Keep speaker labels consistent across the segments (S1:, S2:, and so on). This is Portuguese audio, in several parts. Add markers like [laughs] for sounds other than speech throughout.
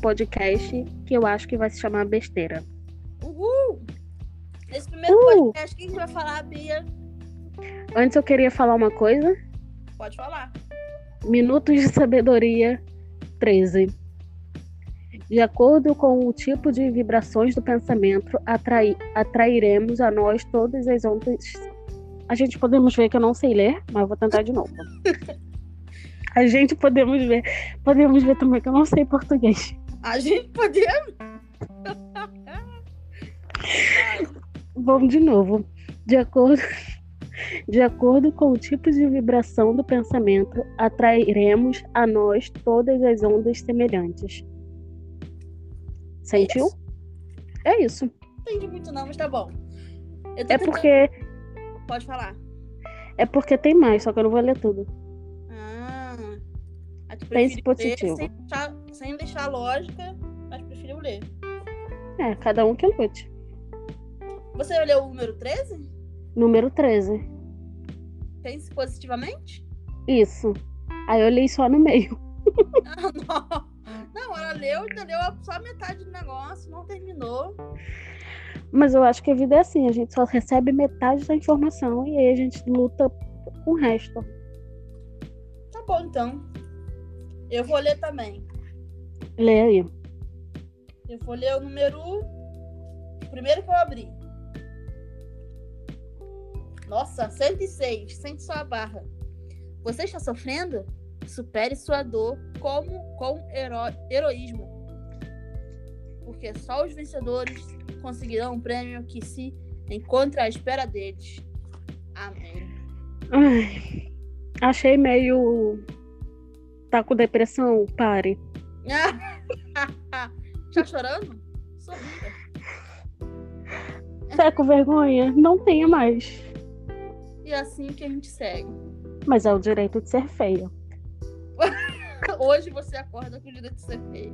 S1: podcast que eu acho que vai se chamar Besteira.
S2: Uhul! Nesse primeiro
S1: Uhul.
S2: podcast, quem que vai falar, Bia?
S1: Antes eu queria falar uma coisa.
S2: Pode falar.
S1: Minutos de Sabedoria 13. De acordo com o tipo de vibrações do pensamento, atrai, atrairemos a nós todas as ondas. A gente podemos ver que eu não sei ler, mas vou tentar de novo. A gente podemos ver. Podemos ver também que eu não sei português.
S2: A gente podemos?
S1: Vamos de novo. De acordo, de acordo com o tipo de vibração do pensamento, atrairemos a nós todas as ondas semelhantes. Sentiu? É isso.
S2: Não [laughs] entendi muito não, mas tá bom. Eu tô
S1: É
S2: tentando-
S1: porque
S2: Pode falar.
S1: é porque tem mais, só que eu não vou ler tudo.
S2: Ah, aí tu
S1: Pense
S2: preferiu
S1: positivo.
S2: Ler, sem, deixar, sem deixar a lógica, mas preferiu ler.
S1: É, cada um que lute.
S2: Você leu o número 13?
S1: Número 13.
S2: Pense positivamente? [laughs]
S1: Isso. Aí eu li só no meio. [laughs]
S2: Ah, não. Não, ela leu, entendeu? Só a metade do negócio, não terminou.
S1: Mas eu acho que a vida é assim, a gente só recebe metade da informação e aí a gente luta com o resto.
S2: Tá bom, então. Eu vou ler também.
S1: Lê aí.
S2: Eu vou ler o número. um, o Primeiro que eu abri. Nossa, 106. Sente sua barra. Você está sofrendo? Supere sua dor como com hero- heroísmo. Porque só os vencedores conseguirão um prêmio que se encontra à espera deles. Amém. [laughs]
S1: Ai, achei meio. Tá com depressão? Pare.
S2: Tá chorando? Sorria.
S1: Tá com vergonha? Não tenha mais.
S2: E é assim que a gente segue.
S1: Mas é o direito de ser feia.
S2: Hoje você acorda com o direito de ser feia.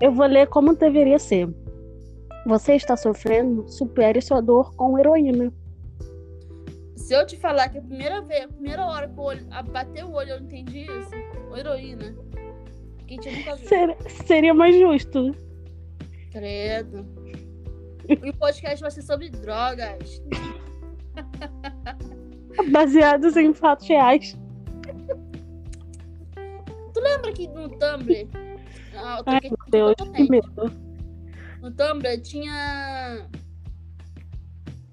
S1: Eu vou ler como deveria ser. Você está sofrendo? Supere sua dor com heroína.
S2: Se eu te falar que a primeira vez, a primeira hora que eu olho, a- bater o olho, eu entendi isso. Ô, heroína. Quem tinha nunca viu.
S1: Ser- seria mais justo.
S2: Credo. E o podcast vai ser sobre drogas.
S1: Baseados em fatos reais.
S2: Lembra que no Tumblr. Ah, eu tô
S1: Ai,
S2: aqui
S1: meu Deus, que
S2: totalmente.
S1: medo.
S2: No Tumblr tinha.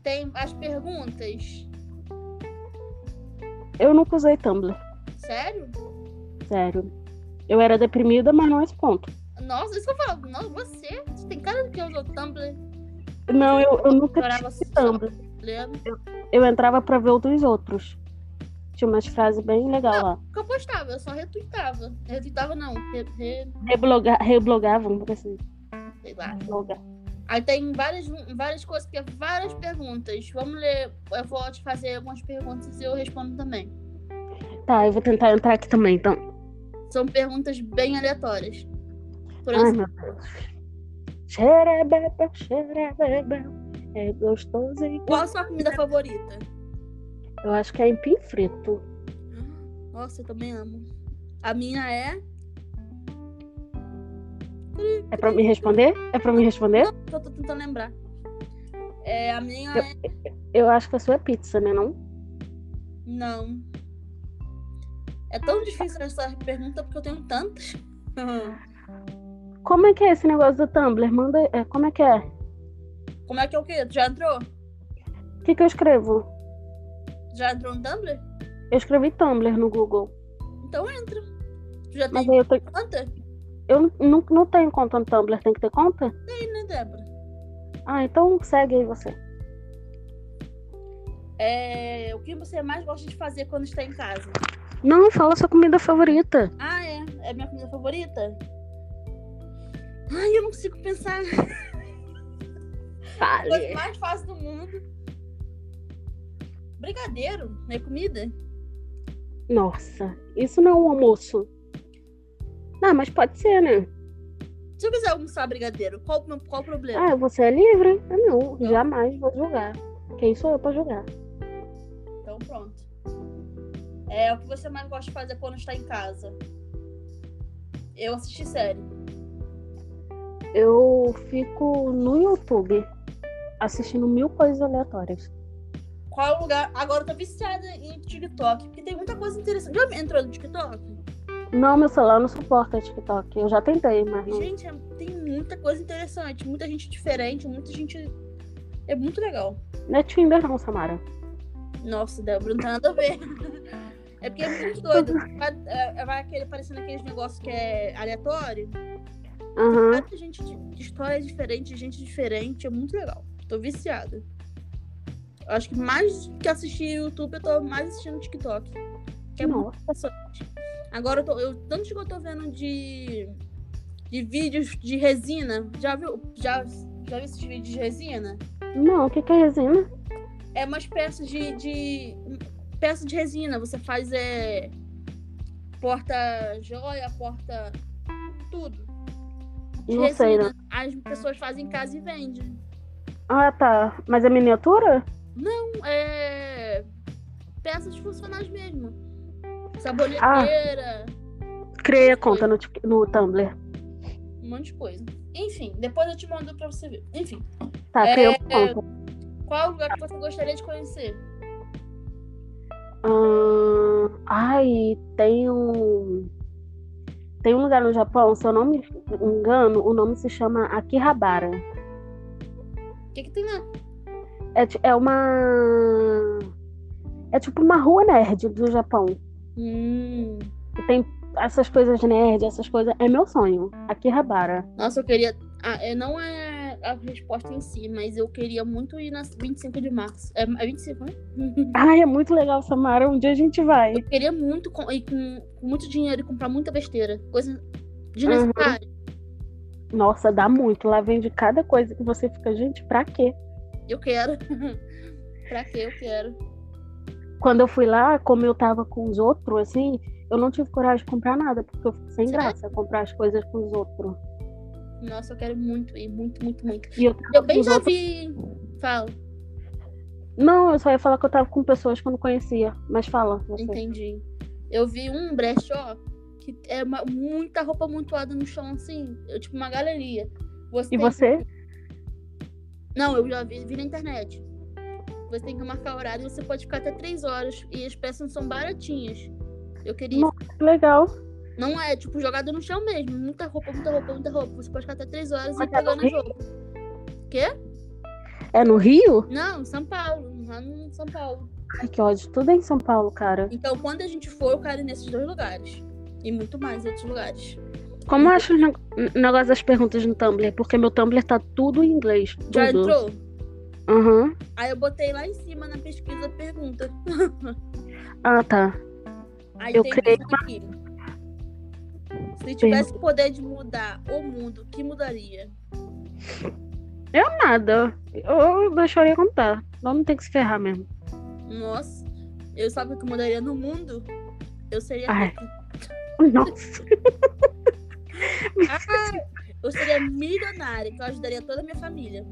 S2: Tem as perguntas.
S1: Eu nunca usei Tumblr,
S2: Sério?
S1: sério. Eu era deprimida, mas não a esse ponto.
S2: Nossa, isso que eu falo. Nossa, você. Você tem cara de que usou Tumblr.
S1: Não, eu, eu nunca
S2: Chorava
S1: tive Tumblr.
S2: Lendo.
S1: Eu entrava pra ver o dos outros. Tinha umas frases bem legais lá.
S2: Nunca postava, eu só retweetava. Retweetava não. Re, re-
S1: Rebloga, reblogavam, porque assim,
S2: sei lá.
S1: reblogar.
S2: Aí tem várias, várias coisas, que é
S1: Ah.
S2: várias perguntas. Vamos ler. Eu vou te fazer algumas perguntas e eu respondo também.
S1: Tá, eu vou tentar entrar aqui também, então.
S2: São perguntas bem aleatórias. Por
S1: Ai,
S2: exemplo,
S1: meu Deus. Xerebeba, xerebeba. É gostoso e...
S2: qual a sua comida favorita?
S1: Eu acho que é empim frito.
S2: Nossa, eu também amo. A minha é.
S1: É pra me responder? É pra me responder?
S2: Eu tô tentando lembrar. É, a minha é.
S1: Eu acho que a sua é pizza, né, não?
S2: Não. É tão difícil essa pergunta porque eu tenho tantas.
S1: Como é que é esse negócio do Tumblr? Manda... é, Como é que é?
S2: Como é que é o quê? Tu já entrou?
S1: O que, que eu escrevo?
S2: Já entrou no Tumblr?
S1: Eu escrevi Tumblr no Google.
S2: Então entra. Tu já
S1: Mas
S2: tem
S1: aí eu, tô...
S2: conta?
S1: eu não, não tenho conta no Tumblr, tem que ter conta?
S2: Tem, né, Débora?
S1: Ah, então segue aí você.
S2: É, o que você mais gosta de fazer quando está em casa?
S1: Não, fala sua comida favorita.
S2: Ah, é? É minha comida favorita? Ai, eu não consigo pensar. A coisa
S1: Fale.
S2: mais fácil do mundo. Brigadeiro, né? Comida?
S1: Nossa, isso não é um almoço. Não, mas pode ser, né?
S2: Se eu quiser almoçar brigadeiro, qual, o- qual o problema?
S1: Ah, você é livre? Ah, não, jamais vou julgar. Quem sou eu pra julgar?
S2: Então pronto. É o que você mais gosta de fazer quando está em casa? Eu assisti série.
S1: Eu fico no YouTube assistindo mil coisas aleatórias.
S2: Qual é o lugar? Agora eu tô viciada em TikTok, porque tem muita coisa interessante. Já entrou no TikTok?
S1: Não, meu celular não suporta TikTok. Eu já tentei, mas não.
S2: Gente, é- tem muita coisa interessante, muita gente diferente, muita gente. É muito legal.
S1: Não é Tinder não, Samara.
S2: Nossa, Débora, não tem nada a ver. [laughs] É porque é muito doido. Vai, é- vai aquele, parecendo aqueles negócios que é aleatório.
S1: Aham.
S2: Muita gente de, de história diferente, de gente diferente. É muito legal. Tô viciada. Eu acho que mais que assistir YouTube, eu tô mais assistindo TikTok. Que é muito
S1: Nossa.
S2: interessante. Agora eu tô. Eu, tanto que eu tô vendo de. De vídeos de resina. Já viu? Já, já viu esses vídeos de resina?
S1: Não, o que, que é resina?
S2: é umas peças de, de peça de resina. Você faz é, porta joia, porta tudo. De
S1: Não sei, né? não.
S2: As pessoas fazem em casa e vendem.
S1: Ah, tá. Mas é miniatura?
S2: Então, É peças funcionais mesmo. Saboneteira,
S1: Ah. Criei a conta no, Tik- no Tumblr.
S2: um monte de coisa. Enfim, depois eu te mando pra você ver. Enfim,
S1: Tá,
S2: É,
S1: criei a conta.
S2: qual é o lugar que você gostaria de conhecer?
S1: Ahn, ai, tem um. Tem um lugar no Japão, se eu não me engano, o nome se chama Akihabara.
S2: O que, que tem lá?
S1: É, ti- é uma. É tipo uma rua nerd do Japão.
S2: Hum,
S1: E tem essas coisas nerd, essas coisas. É meu sonho. Akihabara.
S2: Nossa, eu queria. Ah, é, não é a resposta em si, mas eu queria muito ir na 25 de março. É, é 25, né?
S1: Ai, é muito legal, Samara. Um dia a gente vai.
S2: Eu queria muito com, ir com, com muito dinheiro e comprar muita besteira. Coisa desnecessária.
S1: Nossa, dá muito. Lá vem de cada coisa que você fica, gente, pra quê?
S2: Eu quero. [laughs] pra quê? Eu quero.
S1: Quando eu fui lá, como eu tava com os outros, assim, eu não tive coragem de comprar nada, porque eu fico sem
S2: Sério?
S1: graça comprar as coisas com os outros.
S2: Nossa, eu quero muito ir. Muito, muito, muito.
S1: E eu tava
S2: Eu
S1: com
S2: bem
S1: os
S2: já
S1: outros-
S2: vi. Fala.
S1: Não, eu só ia falar que eu tava com pessoas que eu não conhecia. Mas fala, você.
S2: Entendi. Eu vi um brechó que é uma- muita roupa amontoada no chão, assim. é Tipo uma galeria. Você
S1: E
S2: tem-
S1: você?
S2: Não, eu já vi, vi na internet. Você tem que marcar horário e você pode ficar até três horas. E as peças são baratinhas. Eu queria.
S1: Nossa. Que legal.
S2: Não é, tipo, jogada no chão mesmo. Muita roupa, muita roupa, muita roupa. Você pode ficar até três horas
S1: Mas
S2: e ir
S1: é no
S2: pegando as
S1: Rio?
S2: roupas.
S1: É no Rio?
S2: Não, em São Paulo. Lá no São Paulo.
S1: Ai, que ódio. Tudo é em São Paulo, cara.
S2: Então, quando a gente for, eu quero ir nesses dois lugares. E muito mais em outros lugares.
S1: Como eu acho o neg- o negócio das perguntas no Tumblr? Porque meu Tumblr tá tudo em inglês. Tudo.
S2: Já entrou?
S1: Aham.
S2: Aí eu botei lá em cima na pesquisa a pergunta.
S1: Ah, tá.
S2: Aí
S1: Eu
S2: tem
S1: criei
S2: isso aqui. Se tivesse o poder de mudar o mundo, o que mudaria?
S1: Eu nada. Eu eu deixaria contar. O homem tem que se ferrar mesmo. [laughs]
S2: Nossa, eu sabe o que eu mudaria no mundo? Eu seria
S1: Ai.
S2: rica.
S1: Nossa.
S2: Ah, Eu seria milionária, que eu ajudaria toda a minha família.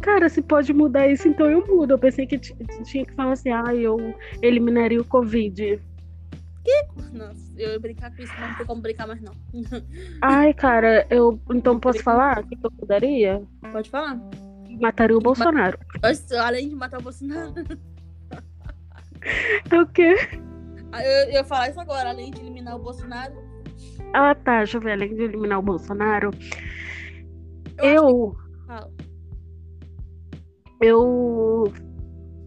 S1: Cara, se pode mudar isso, então eu mudo. Eu pensei que t- t- tinha que falar assim, ah, eu eliminaria o Covid.
S2: Nossa, eu ia brincar com isso, mas não tem como brincar mais não.
S1: Ai, cara, eu então posso falar o que eu mudaria?
S2: Pode falar.
S1: Mataria o Bolsonaro.
S2: Nossa, além de matar o Bolsonaro,
S1: É o quê?
S2: Ah, eu eu ia falar isso agora, além de eliminar o Bolsonaro,
S1: Ah, tá, deixa eu ver, além de eliminar o Bolsonaro,
S2: eu, acho
S1: eu...
S2: que fala.
S1: Eu.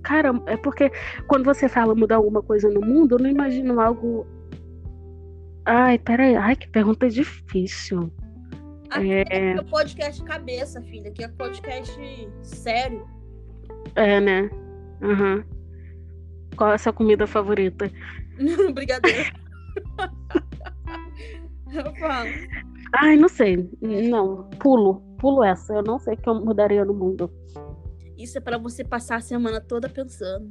S1: Cara, é porque quando você fala mudar alguma coisa no mundo, eu não imagino algo. Ai, peraí. Ai, que pergunta difícil.
S2: Aqui é... o podcast cabeça, filha, que é podcast sério. [laughs]
S1: É, né? Aham. Qual é a sua comida favorita?
S2: Brigadeiro. [laughs] eu falo.
S1: Ai, não sei. Não, pulo. Pulo essa. Eu não sei o que eu mudaria no mundo.
S2: Isso é pra você passar a semana toda pensando.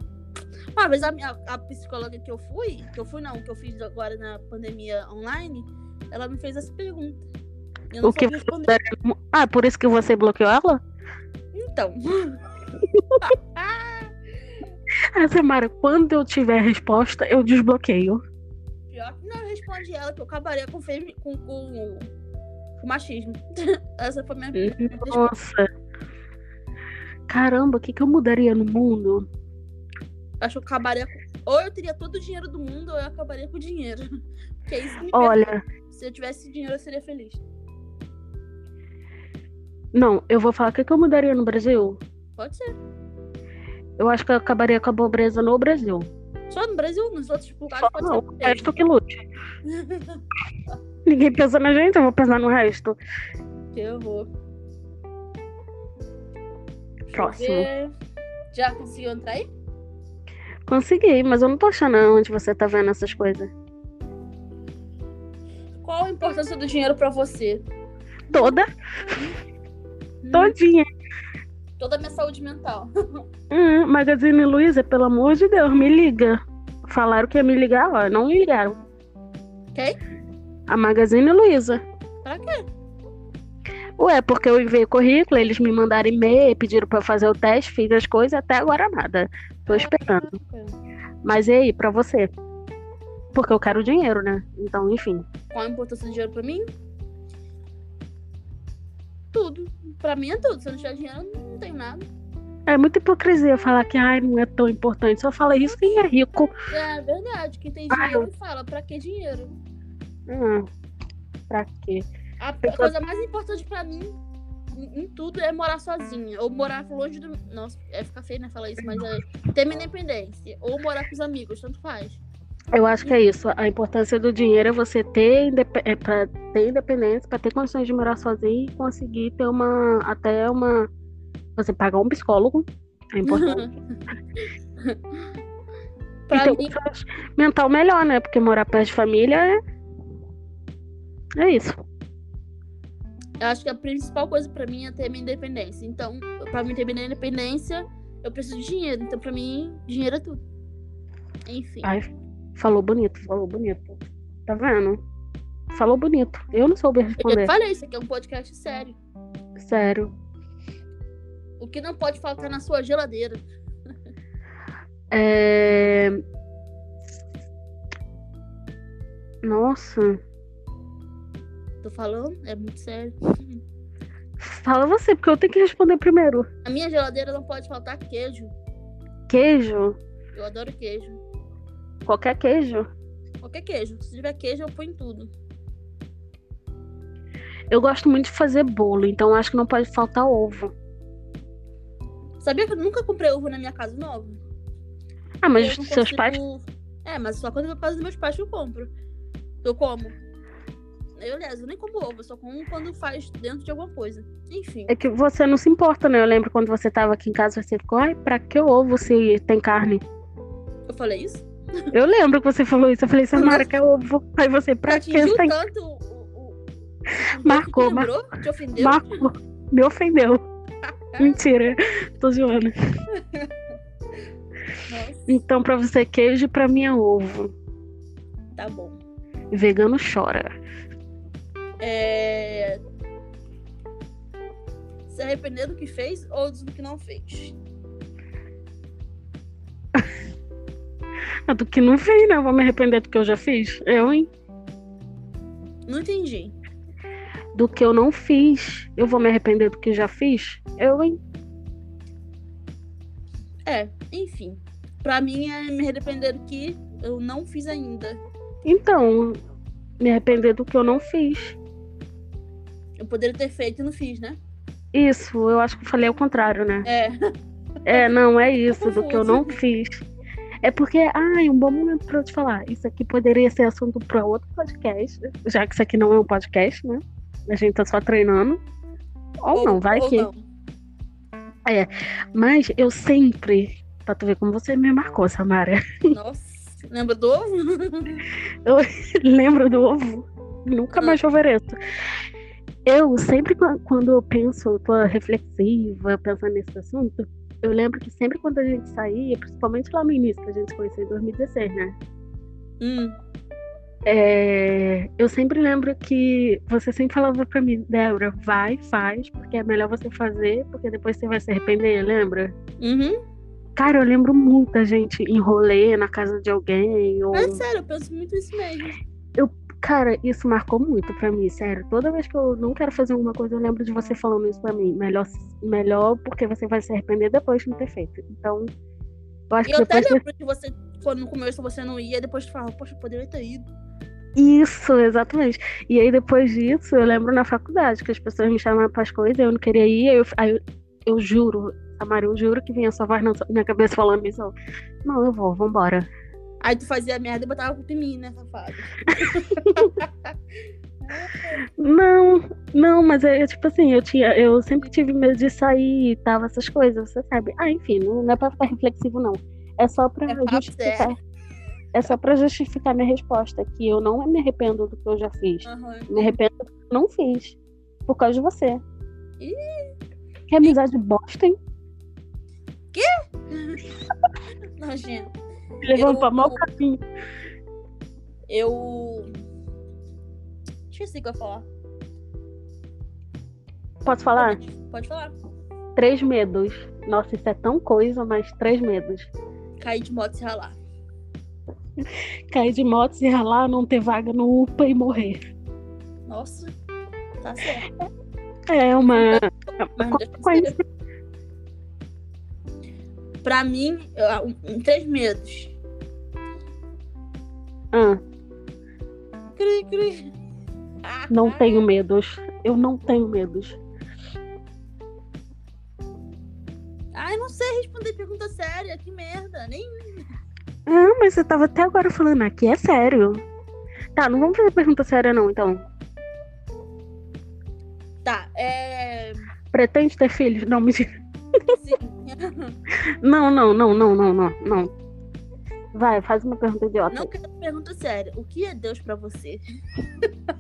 S2: Uma vez a, minha, a psicóloga que eu fui, que eu fui não, que eu fiz agora na pandemia online, ela me fez essa pergunta. Eu não
S1: O que
S2: soube
S1: você
S2: responder.
S1: mudaria no mundo? Ah, por isso que você bloqueou ela? [laughs]
S2: Então,
S1: Ah, Samara, quando eu tiver a resposta, eu desbloqueio.
S2: pior que não eu respondi ela que eu acabaria com, o femi- com, com, pro machismo. [laughs] Essa foi a minha
S1: Uhum. Nossa. Caramba, o que, que eu mudaria no mundo?
S2: Acho que eu acabaria com... Ou eu teria todo o dinheiro do mundo, ou eu acabaria com o dinheiro. [laughs] Porque é isso que me
S1: Olha,
S2: pega. Se eu tivesse dinheiro, eu seria feliz.
S1: não, eu vou falar o que, que eu mudaria no Brasil.
S2: Pode ser.
S1: Eu acho que eu acabaria com a pobreza no Brasil.
S2: Só no Brasil, nos outros lugares
S1: Só
S2: pode
S1: não,
S2: ser.
S1: o
S2: também.
S1: resto que
S2: [laughs]
S1: lute. Ninguém pensa na gente, eu vou pensar no resto.
S2: Que eu vou.
S1: Próximo.
S2: Já conseguiu entrar aí?
S1: Consegui, mas eu não tô achando onde você tá vendo essas coisas.
S2: Qual a importância do dinheiro pra você?
S1: Toda,
S2: Hum,
S1: todinha.
S2: toda a minha saúde mental. [laughs]
S1: Hum, Magazine Luiza, pelo amor de Deus, me liga. Falaram que ia me ligar, ó, não me ligaram.
S2: Quem?
S1: A Magazine Luiza.
S2: Pra
S1: quê? Ué, porque eu enviei currículo, eles me mandaram e-mail, pediram pra eu fazer o teste, fiz as coisas, até agora nada. Tô esperando. Mas e aí, pra você? Porque eu quero dinheiro, né? Então, enfim.
S2: Qual a importância do dinheiro pra mim? Tudo. Pra mim é tudo. Se eu não tiver dinheiro, eu não tenho nada.
S1: É muita hipocrisia falar que ai, não é tão importante. Só fala isso quem é rico.
S2: É verdade. Quem tem
S1: Ah,
S2: dinheiro fala, pra que dinheiro?
S1: Hum, pra quê?
S2: A p- coisa mais importante pra mim em, em tudo é morar sozinha. Ou morar longe do. Nossa, é ficar feio, né? Falar isso, mas é ter minha independência. Ou morar com os amigos, tanto faz. [laughs]
S1: Eu acho que é isso. A importância do dinheiro é você ter, indep- é pra ter independência, pra ter condições de morar sozinho e conseguir ter uma. Até uma. Você pagar um psicólogo.
S2: [laughs]
S1: É importante. e
S2: pra
S1: ter
S2: mim,
S1: uma saúde mental melhor, né? Porque morar perto de família é. É isso.
S2: eu acho que a principal coisa pra mim é ter minha independência. Então, pra mim ter minha independência, eu preciso de dinheiro. Então, pra mim, dinheiro é tudo. Enfim.
S1: Ai, falou bonito, falou bonito. Tá vendo? Falou bonito. Eu não soube
S2: Eu
S1: responder.
S2: falei, isso aqui é um podcast sério.
S1: Sério.
S2: O que não pode faltar na sua geladeira?
S1: É... Nossa,
S2: Tô falando? É muito sério.
S1: fala você, porque eu tenho que responder primeiro.
S2: Na minha geladeira não pode faltar queijo.
S1: Queijo?
S2: Eu adoro queijo.
S1: Qualquer queijo.
S2: Qualquer queijo. Se tiver queijo, eu ponho tudo.
S1: Eu gosto muito de fazer bolo, então acho que não pode faltar ovo.
S2: Sabia que eu nunca comprei ovo na minha casa nova?
S1: Ah, mas
S2: Eu não
S1: seus
S2: consigo-
S1: pais.
S2: É, mas só quando eu vou pra casa dos meus pais que eu compro. Eu como. Eu, aliás, eu nem como ovo, eu só como quando faz dentro de alguma coisa. Enfim.
S1: É que você não se importa, né? Eu lembro quando você tava aqui em casa, você ficou, ai, pra que ovo se tem carne?
S2: Eu falei isso?
S1: Eu lembro que você falou isso. Eu falei, Samara, quer ovo? Aí você, pra que
S2: Atingiu
S1: você tem
S2: tanto o. o- o- o-
S1: Marcou,
S2: te lembrou? Te ofendeu?
S1: Marco, me
S2: [laughs]
S1: ofendeu. Mentira, tô zoando.
S2: Nossa,
S1: Então, pra você, queijo, e pra mim é ovo.
S2: tá bom.
S1: Vegano chora.
S2: É... Se arrepender do que fez ou do que não fez.
S1: Ah, do que não fez, né? Eu vou me arrepender do que eu já fiz. Eu, hein?
S2: Não entendi.
S1: Do que eu não fiz. Eu vou me arrepender do que já fiz? Eu, hein?
S2: É, enfim. Pra mim é me arrepender do que eu não fiz ainda.
S1: Então, me arrepender do que eu não fiz.
S2: Eu poderia ter feito e não fiz, né?
S1: Isso, eu acho que eu falei ao contrário, né?
S2: É.
S1: É, não, é isso, do que eu não fiz. É porque, ai, um bom momento pra eu te falar. Isso aqui poderia ser assunto pra outro podcast, já que isso aqui não é um podcast, né? A gente tá só treinando. Ou, não, vai
S2: ou
S1: que.
S2: não.
S1: Mas eu sempre. Pra tu ver como você me marcou, Samara.
S2: Nossa, lembra do ovo?
S1: [laughs] Lembra do ovo? Nunca
S2: Ah.
S1: mais eu ofereço. Eu sempre, quan- quando eu penso, eu tô reflexiva, pensando nesse assunto, eu lembro que sempre quando a gente saía, principalmente lá no início, que a gente se conheceu em 2016, né?
S2: Hum,
S1: É, eu sempre lembro que você sempre falava pra mim, Débora, vai, faz, porque é melhor você fazer, porque depois você vai se arrepender, lembra?
S2: uhum.
S1: Cara, eu lembro muita gente em rolê na casa de alguém, ou
S2: Uhum. É sério, eu penso muito isso mesmo.
S1: Cara, isso marcou muito pra mim, sério. Toda vez que eu não quero fazer alguma coisa, eu lembro de você
S2: Uhum.
S1: falando isso pra mim. Melhor, melhor porque você vai se arrepender depois de não ter feito. Então, eu acho
S2: E
S1: que
S2: eu até
S1: depois.
S2: lembro que você, quando no começo você não ia, depois tu falava, poxa, eu poderia ter ido.
S1: Isso, exatamente. E aí depois disso, eu lembro na faculdade que as pessoas me chamavam para as coisas, eu não queria ir, aí eu, aí eu, eu juro, Samara, eu juro que vinha sua voz na minha cabeça falando isso. eu, Não, eu vou, vambora.
S2: Aí tu fazia merda e botava a culpa em mim, né, safado?
S1: Não, não, mas é é tipo assim, eu tinha, eu sempre tive medo de sair e tal, essas coisas, você sabe. Ah, enfim, não não é pra ficar reflexivo, não. É só pra
S2: É papo
S1: justificar. É só pra justificar minha resposta, que eu não me arrependo do que eu já fiz.
S2: Aham.
S1: Me arrependo do que eu não fiz. Por causa de você.
S2: Ih.
S1: Que amizade bosta, hein?
S2: Imagina.
S1: Me Levou
S2: Eu-
S1: pra mau caminho.
S2: Eu. Esqueci o que eu ia falar.
S1: Posso falar?
S2: Pode, pode falar.
S1: Três medos. Nossa, isso é tão coisa, mas três medos.
S2: Cair de moto e se ralar.
S1: Cair de moto, se ralar, não ter vaga no UPA e morrer.
S2: Nossa, tá certo.
S1: É uma.
S2: Mas não deixa de
S1: Consequência.
S2: ser. Pra mim, eu- ah, um- um- três medos.
S1: Ah.
S2: Cri, cri. Ah,
S1: Não
S2: ah.
S1: tenho medos. Eu não tenho medos.
S2: Ai, não sei responder pergunta séria, que merda. Nem
S1: Ah, mas eu tava até agora falando aqui, é sério. Tá, não vamos fazer pergunta séria não, então.
S2: tá. É.
S1: Pretende ter filhos? Não, mentira.
S2: Sim.
S1: Não, não, não, não, não, não, não. Vai, faz uma pergunta idiota.
S2: Não quero pergunta séria. O que é Deus pra você?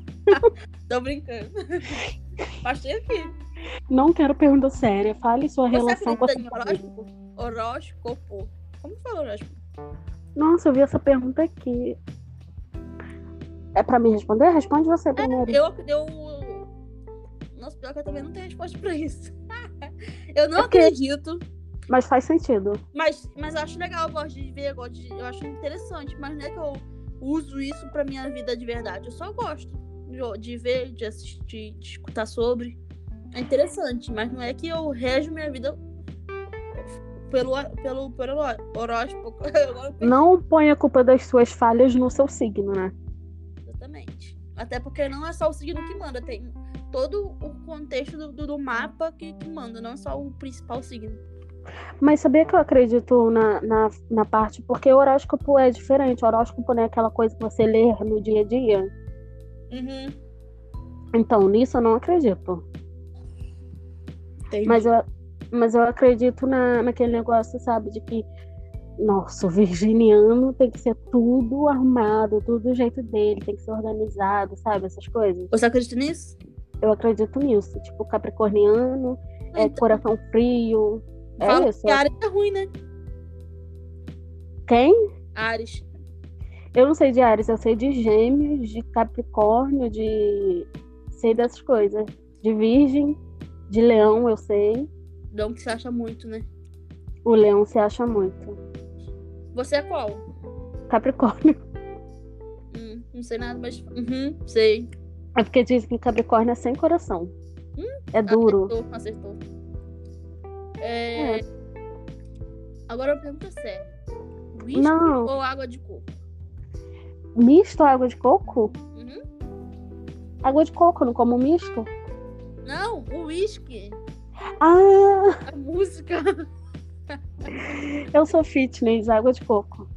S2: [laughs] Tô brincando. Achei aqui.
S1: Não, quero pergunta séria. Fale sua relação com a
S2: acredita
S1: sua
S2: em
S1: família.
S2: horóscopo? Horóscopo. Como que fala horóscopo?
S1: Nossa, eu vi essa pergunta aqui. É pra me responder? Responde você primeiro.
S2: Eu, eu... Nossa, pior que eu também não tenho resposta pra isso. [laughs] eu não
S1: É porque-
S2: acredito,
S1: Mas faz sentido.
S2: mas, mas eu acho legal, eu gosto de ver, eu, gosto de- eu acho interessante, mas não é que eu uso isso pra minha vida de verdade. Eu só gosto de, de ver, de assistir, de escutar sobre. É interessante, mas não é que eu rejo minha vida pelo, pelo, pelo horóscopo. [laughs] Agora eu perdi.
S1: Não põe a culpa das suas falhas no seu signo, né?
S2: Exatamente. Até porque não é só o signo que manda, tem todo o contexto do, do- do mapa que, que manda, não é só o principal signo.
S1: Mas sabia que eu acredito na, na, na parte, porque o horóscopo é diferente. O horóscopo não é aquela coisa que você lê no dia a dia.
S2: Uhum.
S1: Então, nisso eu não acredito.
S2: Tem.
S1: Mas é- eu, mas eu acredito na, naquele negócio, sabe, de que, nossa, o virginiano tem que ser tudo arrumado, tudo do jeito dele, tem que ser organizado, sabe, essas coisas.
S2: Você acredita nisso?
S1: Eu acredito nisso. Tipo, capricorniano, é
S2: Então,
S1: coração frio. É
S2: fala
S1: isso.
S2: que Ares é ruim, né?
S1: Quem?
S2: Ares.
S1: Eu não sei de Ares, eu sei de Gêmeos, de Capricórnio, de. sei dessas coisas. De Virgem, de Leão, eu sei.
S2: Não que se acha muito, né?
S1: O Leão se acha muito.
S2: Você é qual?
S1: Capricórnio. [laughs]
S2: Hum, não sei nada, mas. Uhum, sei.
S1: É porque dizem que Capricórnio é sem coração.
S2: Hum?
S1: é duro.
S2: Acertou, acertou. É... Agora eu pergunto sério. Whisky
S1: Não.
S2: ou água de coco?
S1: Misto à água de coco?
S2: Uhum.
S1: Água de coco, não como misto?
S2: Não, o whisky.
S1: Ah,
S2: A música. [laughs]
S1: eu sou fitness, água de coco.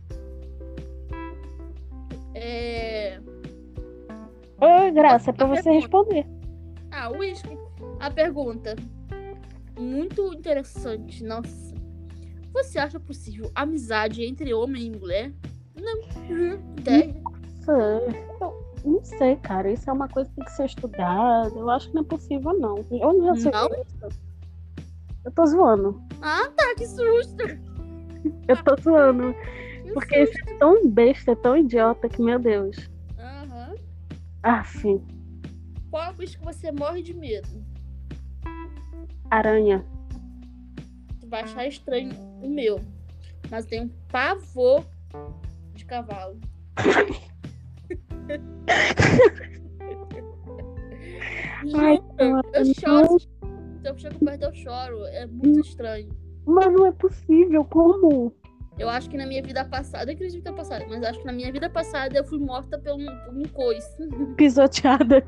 S2: É...
S1: Ah, graça, é pra você responder.
S2: Ah, uísque. A pergunta. Muito interessante, nossa. Você acha possível amizade entre homem e mulher? Não. Uhum. Ideia.
S1: Nossa, eu não sei, cara. Isso é uma coisa que tem que ser estudada. Eu acho que não é possível, não. Onde já se viu
S2: Não?
S1: isso? Eu tô zoando.
S2: Ah, tá, que susto.
S1: Eu tô zoando.
S2: Que
S1: Porque isso é tão besta, é tão idiota que, meu Deus.
S2: susto. Aham.
S1: Aff,
S2: Qual bicho que você morre de medo?
S1: aranha.
S2: Tu vai achar estranho o meu. Mas tem um pavor de cavalo.
S1: Ai,
S2: Juro,
S1: cara,
S2: eu choro. Se eu chego perto, eu choro. É muito estranho.
S1: Mas não é possível, como?
S2: Eu acho que na minha vida passada, eu acredito que é passada, mas acho que na minha vida passada eu fui morta por um, por um coice.
S1: Pisoteada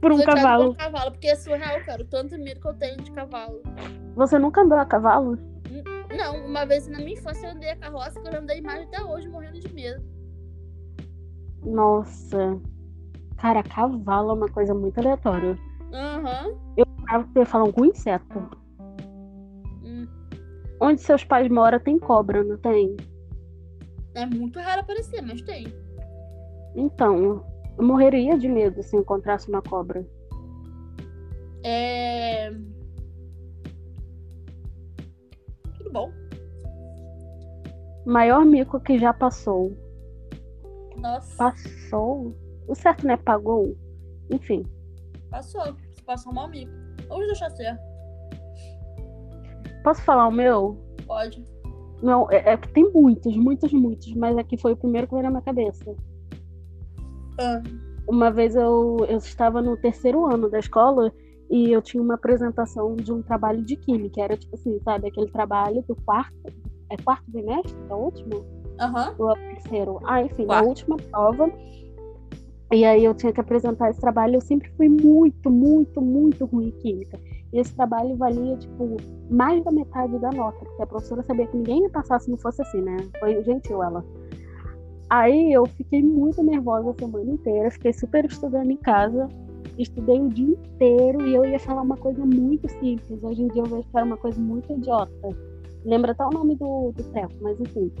S1: por um
S2: Pisoteada
S1: cavalo.
S2: Por um cavalo, porque é surreal, cara, o tanto medo que eu tenho de cavalo.
S1: Você nunca andou a cavalo?
S2: Não, uma vez na minha infância eu andei a carroça, que eu lembro da imagem até hoje, morrendo de medo.
S1: Nossa. Cara, cavalo é uma coisa muito aleatória.
S2: Aham.
S1: Ah, Eu ia falar algum inseto.
S2: Hum.
S1: Onde seus pais moram tem cobra, não tem?
S2: É muito raro aparecer, mas tem.
S1: Então, eu morreria de medo se encontrasse uma cobra.
S2: É. Tudo bom.
S1: Maior mico que já passou.
S2: Nossa,
S1: Passou? O certo não é pagou? Enfim.
S2: passou. Você passou mal mico. Vamos deixar ser.
S1: Posso falar o meu?
S2: Pode.
S1: Não, é, é que tem muitos, muitos, muitos, mas aqui foi o primeiro que veio na minha cabeça.
S2: Ah,
S1: Uma vez eu, eu estava no terceiro ano da escola e eu tinha uma apresentação de um trabalho de química. Era tipo assim, sabe, aquele trabalho do quarto. É quarto bimestre? É o último?
S2: Aham.
S1: Ou é o terceiro? Ah, enfim, na
S2: Quarto.
S1: última prova. E aí eu tinha que apresentar esse trabalho. Eu sempre fui muito, muito, muito ruim em química. E esse trabalho valia, tipo, mais da metade da nota, porque a professora sabia que ninguém ia passar se não fosse assim, né? Foi gentil ela. Aí eu fiquei muito nervosa a semana inteira, fiquei super estudando em casa, estudei o dia inteiro e eu ia falar uma coisa muito simples. Hoje em dia eu vejo que era uma coisa muito idiota. Lembra até o nome do, do treco, mas enfim.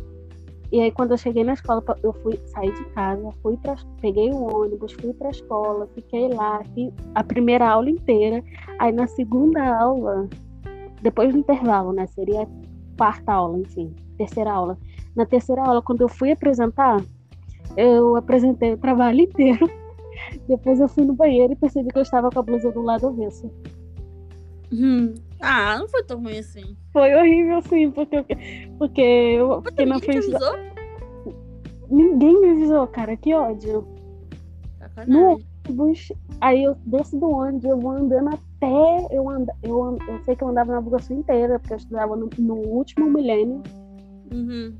S1: E aí quando eu cheguei na escola, pa- eu fui saí de casa, fui pra, peguei o ônibus, fui pra escola, fiquei lá, fiz a primeira aula inteira. Aí na segunda aula, depois do intervalo, né? Seria a quarta aula, enfim, terceira aula. Na terceira aula, quando eu fui apresentar, eu apresentei o trabalho [laughs] inteiro. Depois eu fui no banheiro e percebi que eu estava com a blusa do lado avesso.
S2: Hum. Ah, não foi tão ruim assim.
S1: Foi horrível, assim, porque eu, porque eu fiquei na
S2: Ninguém te
S1: frente. da-
S2: avisou?
S1: Ninguém me avisou, cara, que ódio.
S2: Sacanagem.
S1: No ônibus, aí eu desço do ônibus, eu vou andando a pé. Eu, anda, eu, an- eu sei que eu andava na Bugaçu inteira, porque eu estudava no, no último milênio.
S2: Uhum.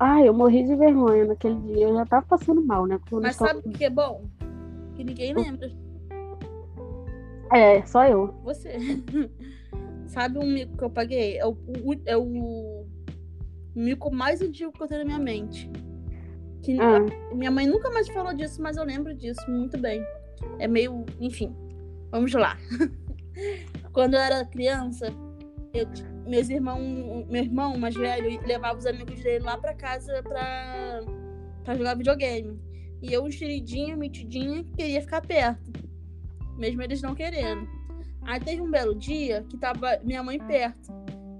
S1: Ai, eu morri de vergonha naquele dia. Eu já tava passando mal, né? Quando
S2: Mas
S1: eu-
S2: sabe o que é bom? Que ninguém lembra.
S1: É, só eu.
S2: Você. [laughs] sabe um mico que eu paguei? É o, o- é o mico mais antigo que eu tenho na minha mente. Que
S1: Ah,
S2: Minha mãe nunca mais falou disso, mas eu lembro disso muito bem. É meio. Enfim, vamos lá. [laughs] Quando eu era criança, eu ti- meus irmão, meu irmão mais velho levava os amigos dele lá pra casa pra, pra jogar videogame. E eu, enxeridinha, metidinha, queria ficar perto. Mesmo eles não querendo. Aí teve um belo dia que tava minha mãe perto.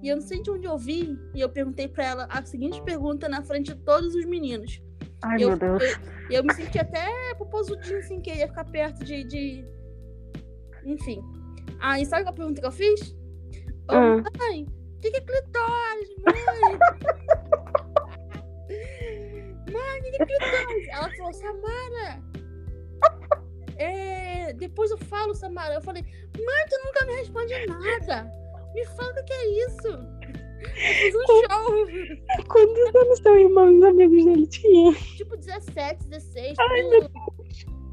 S2: E eu não sei de onde eu vi, e eu perguntei pra ela a seguinte pergunta na frente de todos os meninos.
S1: ai,
S2: Eu,
S1: meu Deus.
S2: eu, eu me senti até popozudinho, assim, que eu ia ficar perto de. de- Enfim. Aí, sabe qual pergunta que eu fiz? Ô,
S1: Ah.
S2: mãe, o que, que é clitóris, mãe? mãe, o que, que é clitóris? Ela falou, Samara! é, Depois eu falo, Samara. Eu falei, mãe, tu nunca me responde nada. Me fala o que que é isso. Eu fiz um show.
S1: Quantos anos teu irmão e os amigos dele tinham?
S2: tipo 17, 16, tudo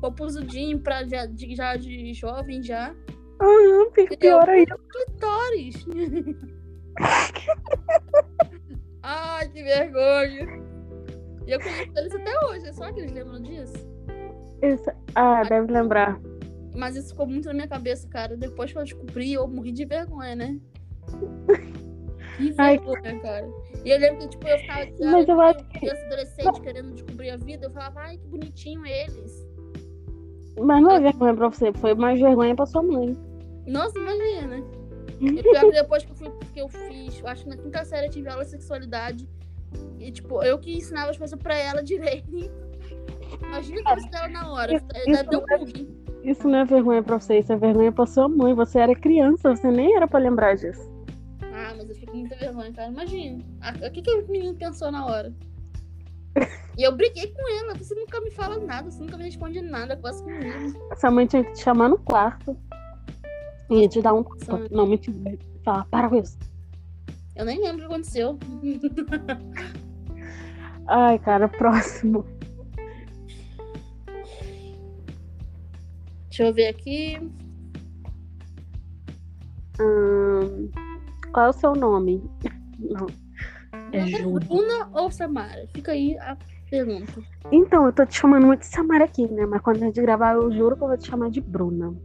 S2: popozudinho pra já de, já de jovem já.
S1: Aham,
S2: Eu-
S1: Ah, fica pior ainda.
S2: Clitóris! [laughs] Ai, que vergonha! E eu conheço eles até hoje, só que eles lembram disso.
S1: Esse- Ah, deve lembrar.
S2: Mas isso ficou muito na minha cabeça, cara. Depois que eu descobri, eu morri de vergonha, né? Que
S1: Ai.
S2: vergonha, cara. E eu lembro que, tipo, eu ficava
S1: Mas eu acho que-
S2: criança adolescente querendo descobrir a vida, eu falava, ai, que bonitinho eles.
S1: Mas não é vergonha pra você, foi mais vergonha pra sua mãe.
S2: Nossa, imagina. E pior que depois que eu, fui, que eu fiz, eu acho que na quinta série eu tive aula de sexualidade. E, tipo, eu que ensinava as coisas pra ela [laughs] direito. Imagina que eu ensinava na hora. Ainda
S1: isso
S2: deu
S1: não é-
S2: bug.
S1: Isso não é vergonha pra você, isso é vergonha pra sua mãe. Você era criança, você nem era pra lembrar disso.
S2: Ah, mas eu fico com muita vergonha, cara. Imagina. A- O que, que o menino pensou na hora? E eu briguei com ela. Você nunca me fala nada, você nunca me responde nada, quase comigo.
S1: Essa mãe tinha que te chamar no quarto. E ia te dar um.
S2: Essa mãe-
S1: Não, mentira. Falar, para com isso.
S2: Eu nem lembro o que aconteceu.
S1: Ai, cara, [laughs] próximo.
S2: Deixa eu ver aqui.
S1: Ahn, qual é o seu nome? Não. É
S2: Não,
S1: Júlia.
S2: Bruna ou Samara? Fica aí a pergunta.
S1: Então, eu tô te chamando muito de Samara aqui, né? Mas quando a gente gravar, eu juro que eu vou te chamar de Bruna.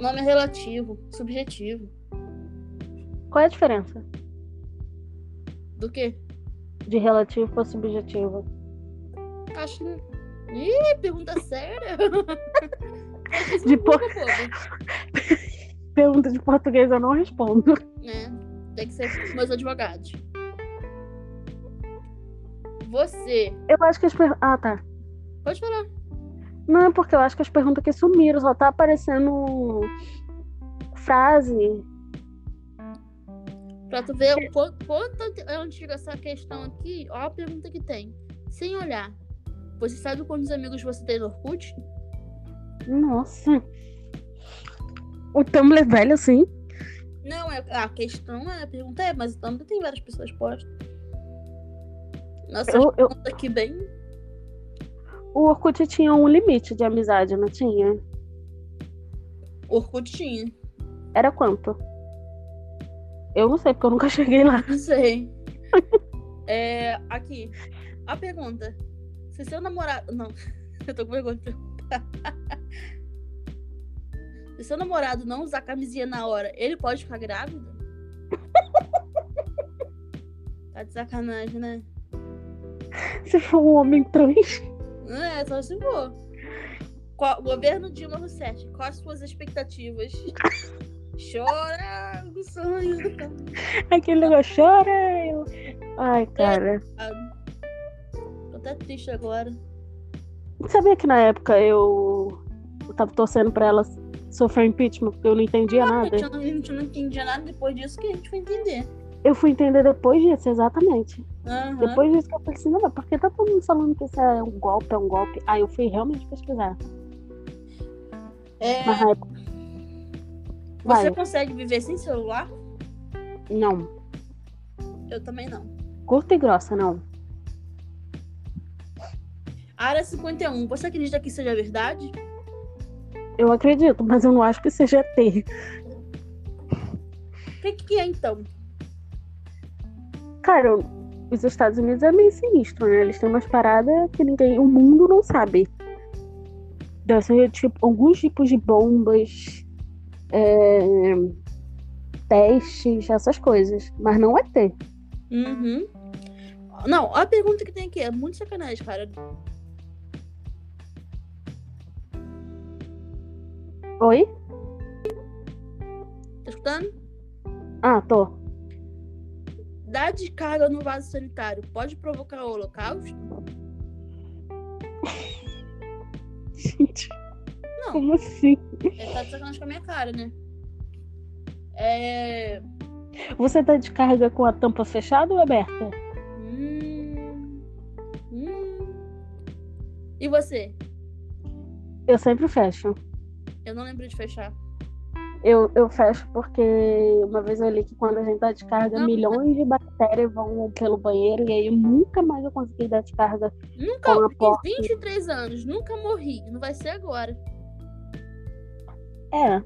S2: Nome é relativo, subjetivo.
S1: Qual é a diferença
S2: Do quê?
S1: de relativo para subjetivo?
S2: Acho que. Ih, pergunta séria. [laughs] é
S1: De por-
S2: Bobo, bobo.
S1: Pergunta de português eu não respondo.
S2: É, tem que ser com meus advogados. Você.
S1: Eu acho que as perguntas. Ah, tá.
S2: Pode falar.
S1: Não, é porque eu acho que as perguntas aqui sumiram, só tá aparecendo frase.
S2: Pra tu ver o quão- quanto é antiga essa questão aqui, ó a pergunta que tem. Sem olhar. Você sabe quantos amigos você tem no Orkut?
S1: Nossa. O Tumblr é velho assim.
S2: Não, é, a questão é, a pergunta é, mas o Tumblr tem várias pessoas postas. Nossa,
S1: Eu- eu-
S2: pergunta aqui bem.
S1: O Orkut tinha um limite de amizade, não tinha?
S2: Orkut tinha.
S1: Era quanto? Eu não sei, porque eu nunca [laughs] cheguei lá.
S2: Não sei. É, aqui. A pergunta. Se seu namorado. Não, [laughs] eu tô com vergonha de perguntar. Se seu namorado não usar camisinha na hora, ele pode ficar grávido? [laughs] tá de sacanagem, né?
S1: Se for um homem trans. [laughs]
S2: Não É, só se for. Qual- governo Dilma Rousseff, quais suas expectativas? [laughs] Chora o sonho do
S1: Aquele negócio chora. eu- Ai, cara.
S2: passado. Tô até triste agora.
S1: Sabia que na época eu, eu tava torcendo pra ela sofrer impeachment, porque eu não entendia
S2: A
S1: nada.
S2: gente não, a gente não entendia nada depois disso que a gente foi entender.
S1: Eu fui entender depois disso, exatamente.
S2: Aham.
S1: Depois disso que eu falei assim, não, mas por que tá todo mundo falando que isso é um golpe, é um golpe? Aí eu fui realmente pesquisar.
S2: É,
S1: Mas na época.
S2: você
S1: Vai,
S2: É, consegue viver sem celular?
S1: não.
S2: Eu também não.
S1: Curta e grossa, não.
S2: Área 51, você acredita que seja verdade?
S1: Eu acredito, [laughs] mas eu não acho que seja ter.
S2: O que, que é então?
S1: Cara, eu- os Estados Unidos é meio sinistro, né? Eles têm umas paradas que ninguém. O mundo não sabe. Deve ser tipo, alguns tipos de bombas, é, testes, essas coisas. Mas não é ter.
S2: Uhum. Não, a pergunta que tem aqui é muito sacanagem, cara.
S1: Oi?
S2: Tá escutando?
S1: Ah, tô. [laughs]
S2: Dar de carga no vaso sanitário pode provocar o holocausto?
S1: Gente,
S2: Não.
S1: como assim?
S2: É, tá de sacanagem com a minha cara, né? É.
S1: Você tá de carga com a tampa fechada ou aberta?
S2: Hum. Hum. E você?
S1: Eu sempre fecho.
S2: Eu não lembro de fechar.
S1: Eu, eu fecho porque uma vez eu li que quando a gente dá descarga,
S2: Não.
S1: milhões de bactérias vão pelo banheiro e aí nunca mais eu consegui dar descarga.
S2: Nunca
S1: Fala,
S2: tenho
S1: é porta.
S2: 23 anos, nunca morri. Não vai ser agora.
S1: É,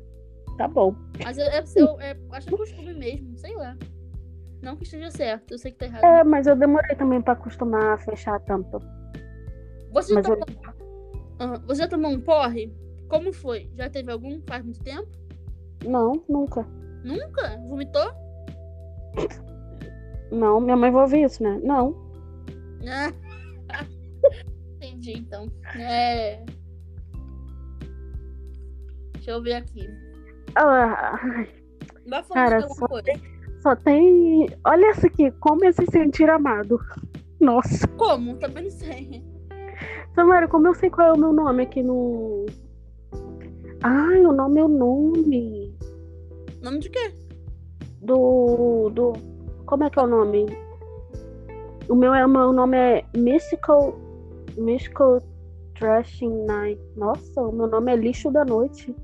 S1: tá bom.
S2: Mas eu, é, eu, é, acho que é costume mesmo, sei lá. Não que esteja certo, eu sei que tá errado.
S1: É, mas eu demorei também pra acostumar a fechar a tampa.
S2: Você, já
S1: mas eu-
S2: tomou... Aham, Você já tomou um porre? Como foi? Já teve algum? Faz muito tempo?
S1: Não, nunca.
S2: Nunca? Vomitou?
S1: Não, minha mãe vai ouvir isso, né? Não.
S2: Ah. [laughs] Entendi, então. É... Deixa eu ver aqui.
S1: Ah,
S2: Vai falando
S1: Cara,
S2: de alguma coisa.
S1: só tem. Olha essa aqui, como é se sentir amado. Nossa.
S2: Como? Também não sei.
S1: Samara, como eu sei qual é o meu nome aqui no. Ai, o nome é o nome
S2: Nome de quê?
S1: do. do... Como é que é o nome? O meu, é, o meu nome é Mystical, Mystical Trashing Night. Nossa, o meu nome é Lixo da Noite.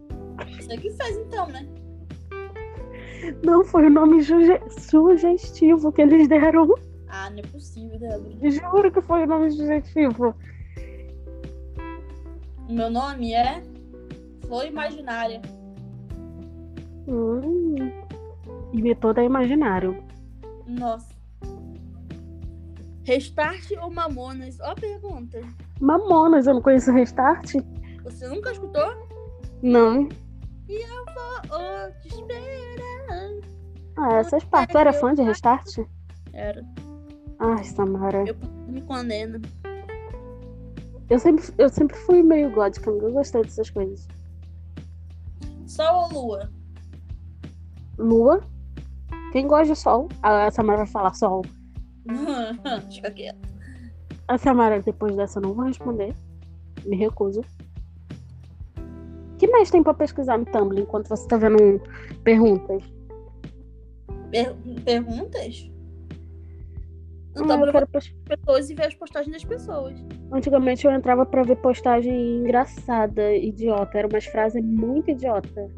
S2: Isso aqui faz então, né?
S1: Não, foi o nome suge- sugestivo que eles deram.
S2: Ah, não é possível, Débora.
S1: Juro que foi o nome sugestivo.
S2: O meu nome é Flor Imaginária.
S1: Hum. Imitou da Imaginário.
S2: Nossa. Restart ou Mamonas? Ó a pergunta.
S1: Mamonas, eu não conheço o Restart?
S2: Você nunca escutou?
S1: Não.
S2: Oh, oh, te espera.
S1: Ah, essas partes. Tu era fã de Restart?
S2: Era.
S1: Ai, Samara.
S2: Eu me condeno.
S1: Eu sempre, eu sempre fui meio gótica, nunca gostei dessas coisas.
S2: Sol ou Lua? [laughs]
S1: Lua. Quem gosta de sol? A Samara vai falar sol.
S2: Fica quieto.
S1: A Samara, depois dessa, eu não vou responder. Me recuso. O que mais tem pra pesquisar no Tumblr enquanto você tá vendo um- Ah, perguntas?
S2: Per- perguntas? Não
S1: Ah,
S2: tava
S1: eu
S2: levando
S1: quero pes-
S2: pessoas e ver as postagens das pessoas.
S1: Antigamente eu entrava pra ver postagem engraçada, idiota. Era umas frases muito idiota.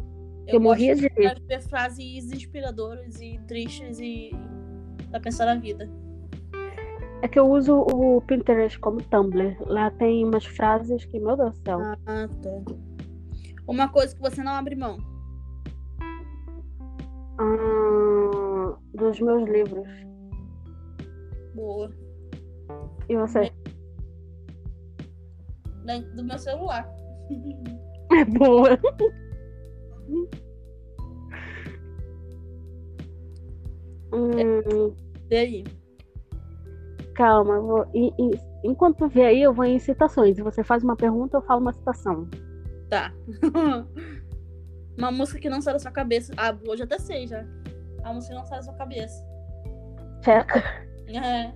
S1: Que eu, morria de rir.
S2: gosto de ver frases inspiradoras e tristes e pra pensar na vida.
S1: É que eu uso o Pinterest como Tumblr. Lá tem umas frases que, meu Deus do céu.
S2: Ah, tá. Uma coisa que você não abre mão.
S1: Ah, dos meus livros.
S2: Boa.
S1: E você?
S2: Da- Do meu celular.
S1: É boa. Hum,
S2: E aí?
S1: calma, eu vou- e- e- enquanto tu vê aí, eu vou em citações. Você faz uma pergunta, eu falo uma citação.
S2: Tá. [laughs] Uma música que não sai da sua cabeça. Ah, hoje até sei já. A música que não sai da sua cabeça.
S1: Checa.
S2: É.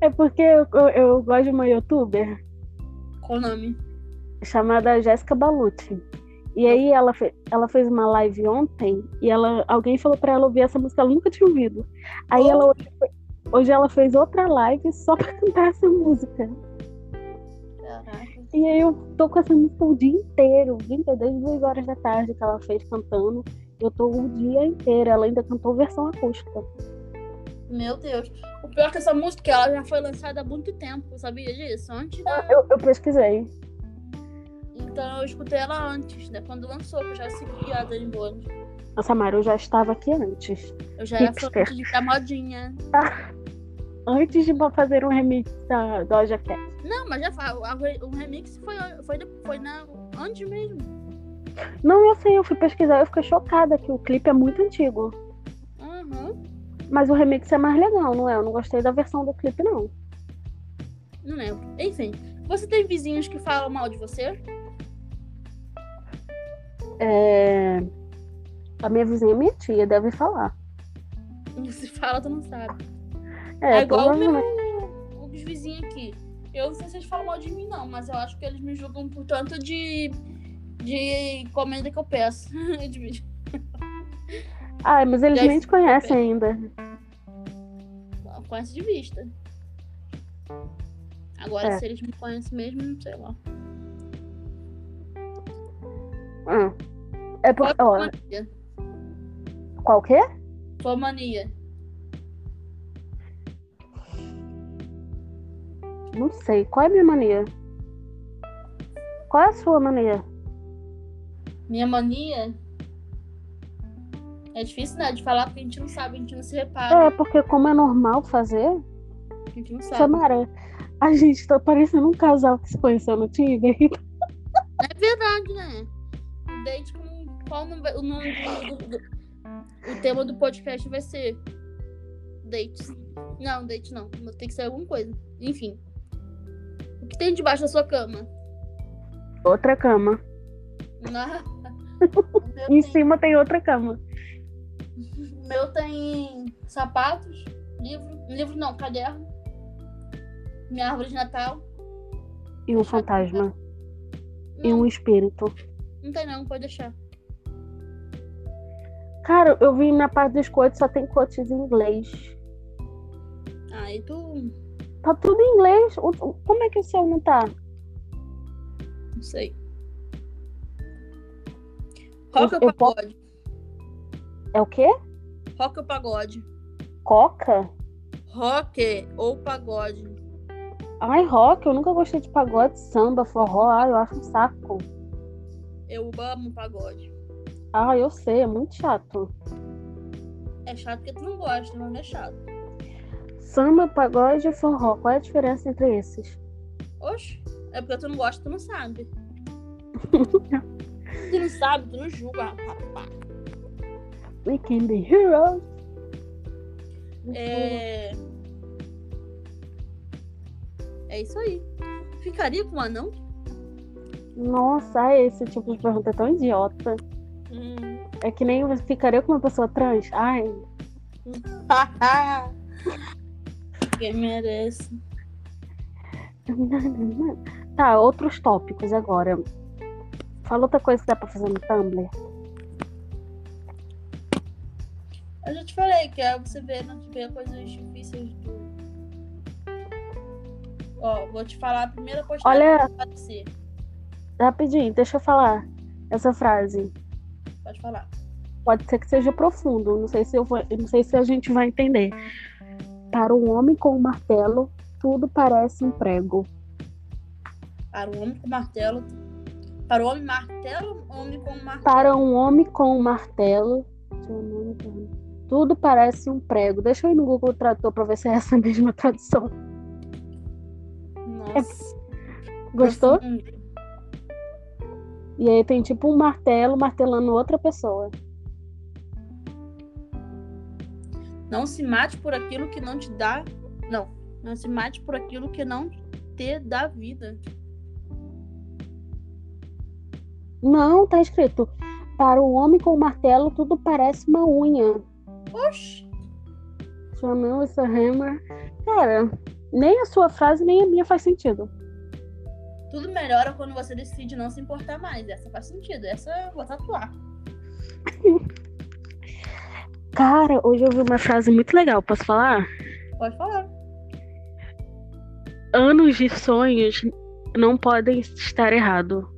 S1: É porque eu, eu- eu gosto de uma youtuber
S2: Qual o nome?
S1: chamada Jéssica Balucci. E aí ela, fe- ela fez uma live ontem e ela, alguém falou pra ela ouvir essa música, ela nunca tinha ouvido. Aí ela hoje, fe- hoje ela fez outra live só pra cantar essa música.
S2: Caraca.
S1: E aí eu tô com essa música o dia inteiro, o dia inteiro, desde duas horas da tarde que ela fez cantando. Eu tô o dia inteiro, ela ainda cantou versão acústica.
S2: Meu Deus. O pior é que essa música ela já foi lançada há muito tempo. Você sabia disso? Antes da.
S1: Eu, eu pesquisei.
S2: Então eu escutei ela antes, né? Quando lançou, que eu já segui a Dani Bones.
S1: A Samara, eu já estava aqui antes.
S2: Eu já era
S1: Hipster.
S2: fã de da modinha.
S1: Antes de fazer um remix da Doja Cat.
S2: Não, mas já fa- a- o remix foi, foi, de- foi na, antes mesmo.
S1: Não, eu sei, eu fui pesquisar, eu fiquei chocada que o clipe é muito antigo.
S2: Uhum.
S1: Mas o remix é mais legal, não é? Eu não gostei da versão do clipe, não.
S2: Não lembro. Enfim, você tem vizinhos que falam mal de você? [laughs]
S1: É... A minha vizinha é minha tia, deve falar.
S2: Se fala, tu não sabe.
S1: É,
S2: é igual o meu,
S1: provavelmente.
S2: os vizinhos aqui. Eu não sei se eles falam mal de mim, não, mas eu acho que eles me julgam por tanto de, de encomenda que eu peço. [laughs] De-
S1: Ah, mas eles
S2: Deve
S1: nem te conhecem ainda.
S2: Conhece de vista. Agora,
S1: É.
S2: se eles me conhecem mesmo, não sei lá.
S1: Ah. É
S2: Qual é
S1: porque,
S2: a
S1: ó,
S2: sua mania?
S1: qual que é?
S2: Sua mania.
S1: Não sei. Qual é a minha mania? Qual é a sua mania?
S2: Minha mania. É difícil, né? De falar porque a gente não sabe, a gente não se repara.
S1: É, porque como é normal fazer,
S2: A gente não sabe.
S1: Samara, a gente tá parecendo um casal que se conheceu no Tinder.
S2: É verdade, né? O date com qual não vai- o nome do, do- do- O tema do podcast vai ser dates. Não, date não. Tem que ser alguma coisa. Enfim. O que tem debaixo da sua cama?
S1: [laughs] Outra cama.
S2: Na- [laughs] O meu,
S1: Em
S2: tem,
S1: cima tem outra cama.
S2: o meu tem sapatos, livro. Livro não, caderno. Minha árvore de Natal.
S1: E um fantasma. E
S2: Não,
S1: um espírito.
S2: não tem não, pode deixar.
S1: Cara, eu vi na parte dos coaches só tem coaches em inglês.
S2: Aí Ah, tu.
S1: Tá tudo em inglês. O- o- Como é que o seu não tá?
S2: Não sei. Rock
S1: Eu-
S2: ou
S1: eu posso-
S2: pagode?
S1: É o quê?
S2: Rock ou pagode?
S1: Coca?
S2: Rock ou pagode?
S1: Ai, rock, eu nunca gostei de pagode, samba, forró, ai, eu acho um saco.
S2: Eu amo pagode.
S1: Ah, eu sei, é muito chato.
S2: É chato porque tu não gosta, mas não é chato.
S1: Samba, pagode e forró, qual é a diferença entre esses?
S2: Oxe, é porque tu não gosta, tu não sabe. tu não sabe, tu não julga, rapaz.
S1: We can be heroes.
S2: É... é isso aí. Ficaria com um anão?
S1: Nossa, ai, esse tipo de pergunta é tão idiota. É que nem você ficaria com uma pessoa trans. Ai, [laughs]
S2: Quem merece.
S1: tá, outros tópicos agora. Fala outra coisa que dá pra fazer no Tumblr.
S2: Eu já te falei que é você ver, não te ver coisas difíceis do. Ó, vou te falar a primeira postagem
S1: Olha-
S2: que aparecer.
S1: Rapidinho, deixa eu falar essa frase.
S2: Pode falar.
S1: Pode ser que seja profundo, não sei se eu vou, eu não sei se a gente vai entender. Para um homem com um martelo, tudo parece um prego.
S2: Para o homem com martelo. Para o homem martelo, homem com martelo.
S1: Para um homem com um martelo, deixa eu ver o nome dela. tudo parece um prego. Deixa eu ir no Google Tradutor para ver se é essa [laughs] mesma tradução. É.
S2: Nossa.
S1: Gostou?
S2: profundo.
S1: E aí tem tipo um martelo martelando outra pessoa.
S2: Não se mate por aquilo que não te dá. Não. Não se mate por aquilo que não te dá vida.
S1: Não, tá escrito. Para um homem com um martelo, tudo parece uma unha.
S2: Oxi.
S1: Sua mão, essa é hammer. Cara, nem a sua frase, nem a minha faz sentido.
S2: Tudo melhora quando você decide não se importar mais. Essa faz sentido. Essa eu vou tatuar.
S1: Cara, hoje eu vi uma frase muito legal, posso falar?
S2: Pode falar.
S1: Anos de sonhos não podem estar errado.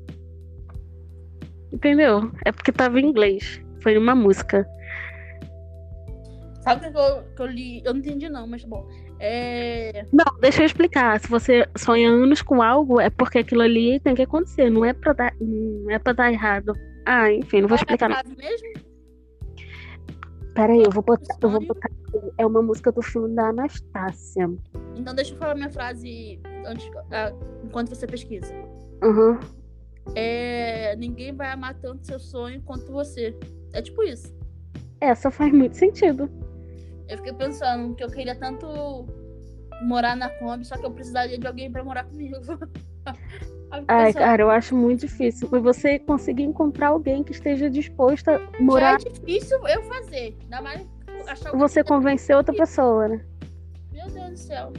S1: Entendeu? É porque tava em inglês. Foi numa música.
S2: Sabe o que eu, que eu li? Eu não entendi, não, mas tá bom. É.
S1: Não, deixa eu explicar. Se você sonha anos com algo, é porque aquilo ali tem que acontecer. Não é pra dar, não é pra dar errado. Ah, enfim, não vou
S2: qual é a
S1: explicar. Não.
S2: frase mesmo?
S1: Pera aí, eu vou botar. Eu vou botar aqui. É uma música do filme da Anastácia.
S2: Então deixa eu falar minha frase antes, ah, enquanto você pesquisa.
S1: Aham.
S2: É. Ninguém vai amar tanto seu sonho quanto você. É tipo isso.
S1: Essa faz muito sentido.
S2: Eu fiquei pensando que eu queria tanto morar na Kombi, só que eu precisaria de alguém pra morar comigo. [laughs] Aí eu
S1: Ai,
S2: fiquei pensando,
S1: cara, eu acho muito difícil. Mas você conseguir encontrar alguém que esteja disposto a
S2: já
S1: morar,
S2: é difícil eu fazer. Ainda mais achar alguém
S1: você
S2: que- tá
S1: convencer outra pessoa, né?
S2: Meu Deus do céu.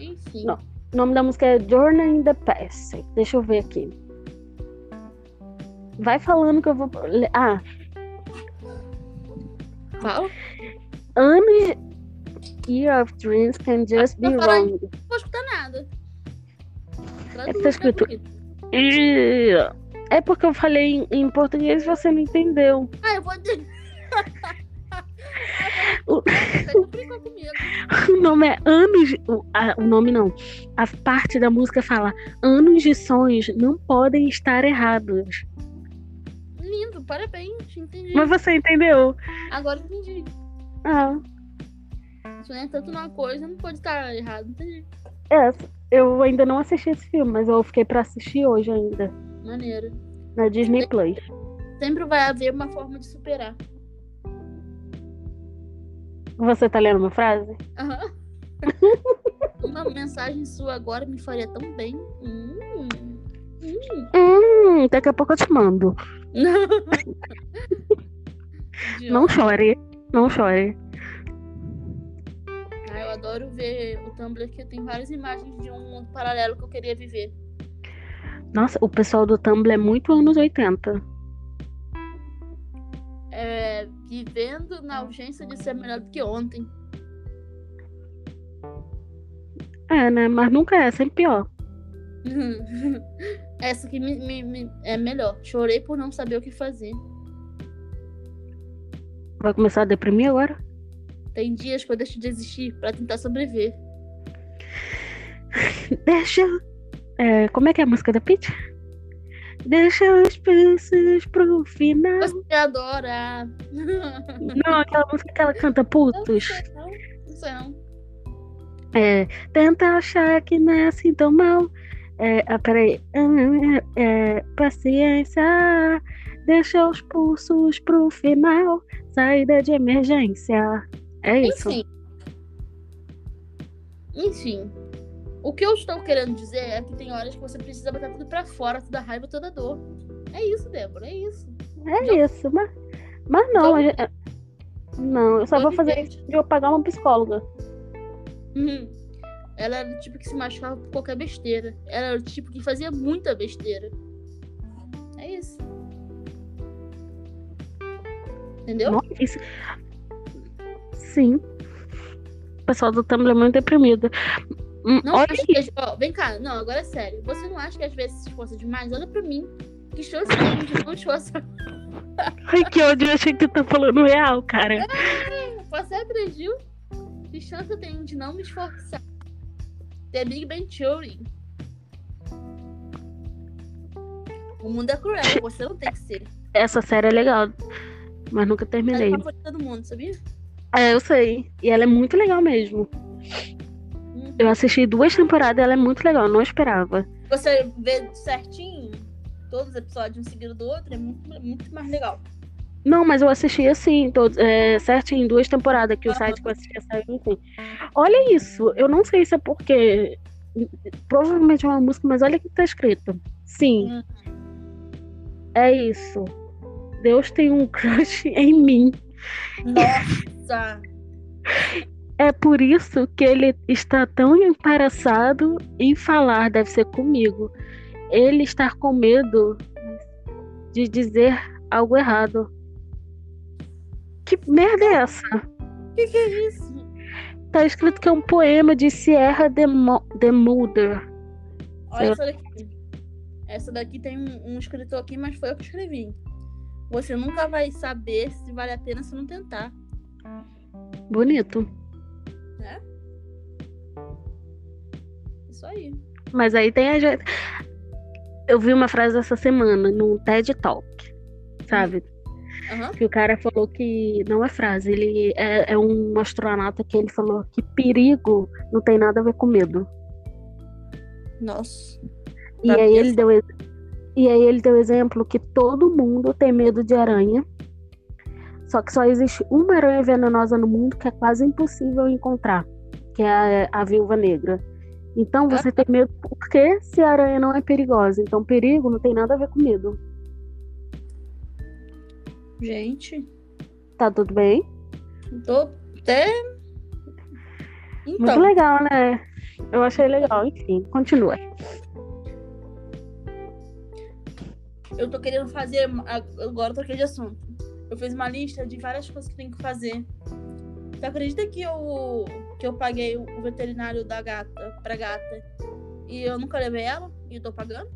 S2: Enfim.
S1: Não. O nome da música é Journey in the Past. Deixa eu ver aqui. Vai falando que eu vou. le- Ah,
S2: Fala.
S1: anos. Year of Dreams can just be
S2: Não fala aí.
S1: wrong.
S2: Não vou escutar nada. né,
S1: É que tá escrito-
S2: bonito.
S1: E- É porque eu falei em, em português e você não entendeu. [laughs]
S2: Ah, eu vou [laughs] dizer.
S1: O-
S2: Você brincou comigo.
S1: O nome é Anos. O, a- o nome não. A parte da música fala: Anos de sonhos não podem estar errados.
S2: Lindo, parabéns. Entendi.
S1: Mas você entendeu?
S2: Agora eu entendi.
S1: Ah,
S2: Se não é tanto uma coisa, não pode estar errado. Entendi.
S1: é. Eu ainda não assisti esse filme, mas eu fiquei pra assistir hoje ainda.
S2: Maneiro.
S1: Na Disney Plus.
S2: Sempre vai haver uma forma de superar.
S1: Você tá lendo uma frase?
S2: Aham. uma mensagem sua agora me faria tão bem. Hum. Hum.
S1: Hum, daqui a pouco eu te mando.
S2: Idiota.
S1: Não chore. Não chore.
S2: Ah, eu adoro ver o Tumblr que tem várias imagens de um mundo paralelo que eu queria viver.
S1: Nossa, o pessoal do Tumblr é muito anos 80.
S2: É, vivendo na urgência de ser melhor do que ontem. [laughs]
S1: É, né? Mas nunca é, sempre pior.
S2: Essa aqui me, me- me- é melhor. Chorei por não saber o que fazer.
S1: Vai começar a deprimir agora?
S2: Tem dias que eu deixo de existir pra tentar sobreviver.
S1: Deixa. É, como é que é a música da Peach? Deixa os pensos pro
S2: [laughs]
S1: final.
S2: Você adora.
S1: Não, aquela música que ela canta, putos.
S2: não. Não sei não.
S1: É, tenta achar que não é assim tão mal. É, ah, peraí. É, é, paciência. Deixa os pulsos pro final. Saída de emergência. É isso.
S2: Enfim. Enfim. O que eu estou querendo dizer é que tem horas que você precisa botar tudo pra fora, toda a raiva, toda a dor. É isso, Débora, é isso.
S1: É isso, mas, mas não.
S2: Então-
S1: a gente- Não, eu só
S2: Tô
S1: vou fazer
S2: vivendo.
S1: isso de eu pagar uma psicóloga.
S2: Uhum. Ela era do tipo que se machucava por qualquer besteira. Ela era do tipo que fazia muita besteira. É isso. Entendeu?
S1: Nossa, isso- Sim. O pessoal do Tumblr é muito deprimido. Hum,
S2: Não
S1: Olha
S2: acha
S1: aqui.
S2: que. ó, vem cá, não, agora é sério. Você não acha que às vezes se esforça demais? Olha pra mim. Que chance que a gente não esforça.
S1: Ai, que ódio, eu achei que tu tá falando real, cara.
S2: [laughs] Você agrediu? Que chance eu tenho de não me esforçar? The Big Bang Theory. O mundo é cruel, você não tem que ser. Tá
S1: Essa série é legal, mas nunca
S2: Ela é
S1: terminei.
S2: a favorita do mundo, sabia?
S1: É, eu sei. E ela é muito legal mesmo.
S2: Uhum.
S1: Eu assisti duas temporadas e ela é muito legal, eu não esperava.
S2: Você vê certinho todos os episódios um seguido do outro, é muito, muito mais legal.
S1: Não, mas eu assisti assim, todos, é, certinho, duas temporadas, que o
S2: Aham.
S1: site que eu assistia saiu, enfim. Olha isso, eu não sei se é porque. Provavelmente é uma música, mas olha o que tá escrito. Sim.
S2: Hum.
S1: É isso. Deus tem um [laughs] crush em mim.
S2: Nossa!
S1: É por isso que ele está tão embaraçado em falar, deve ser comigo. Ele está com medo de dizer algo errado. Que merda é essa?
S2: O que, que é isso?
S1: Tá escrito que é um poema de Sierra de, Mo de Mulder.
S2: Olha essa daqui. Essa daqui tem um, um escritor aqui, mas foi eu que escrevi. Você nunca vai saber se vale a pena se não tentar.
S1: Bonito.
S2: Isso É aí.
S1: Mas aí tem a gente. Eu vi uma frase essa semana num TED Talk, sabe?
S2: Aham.
S1: Que o cara falou que. Não é frase, ele é, é um astronauta que ele falou que perigo não tem nada a ver com medo.
S2: Nossa.
S1: E
S2: Tá
S1: aí ele
S2: mesmo?
S1: deu ex- e aí ele deu exemplo que todo mundo tem medo de aranha. Só que só existe uma aranha venenosa no mundo que é quase impossível encontrar, que é a, a viúva negra. Então
S2: Tá.
S1: você tem medo porque se a aranha não é perigosa. Então perigo não tem nada a ver com medo.
S2: Gente,
S1: Tá tudo bem?
S2: tô até.
S1: Muito
S2: Então,
S1: legal, né? Eu achei legal, enfim, continua.
S2: eu tô querendo fazer. Agora eu troquei de assunto. Eu fiz uma lista de várias coisas que tem que fazer. Tu acredita que eu, que eu paguei o veterinário da gata pra gata e eu nunca levei ela? E eu tô pagando?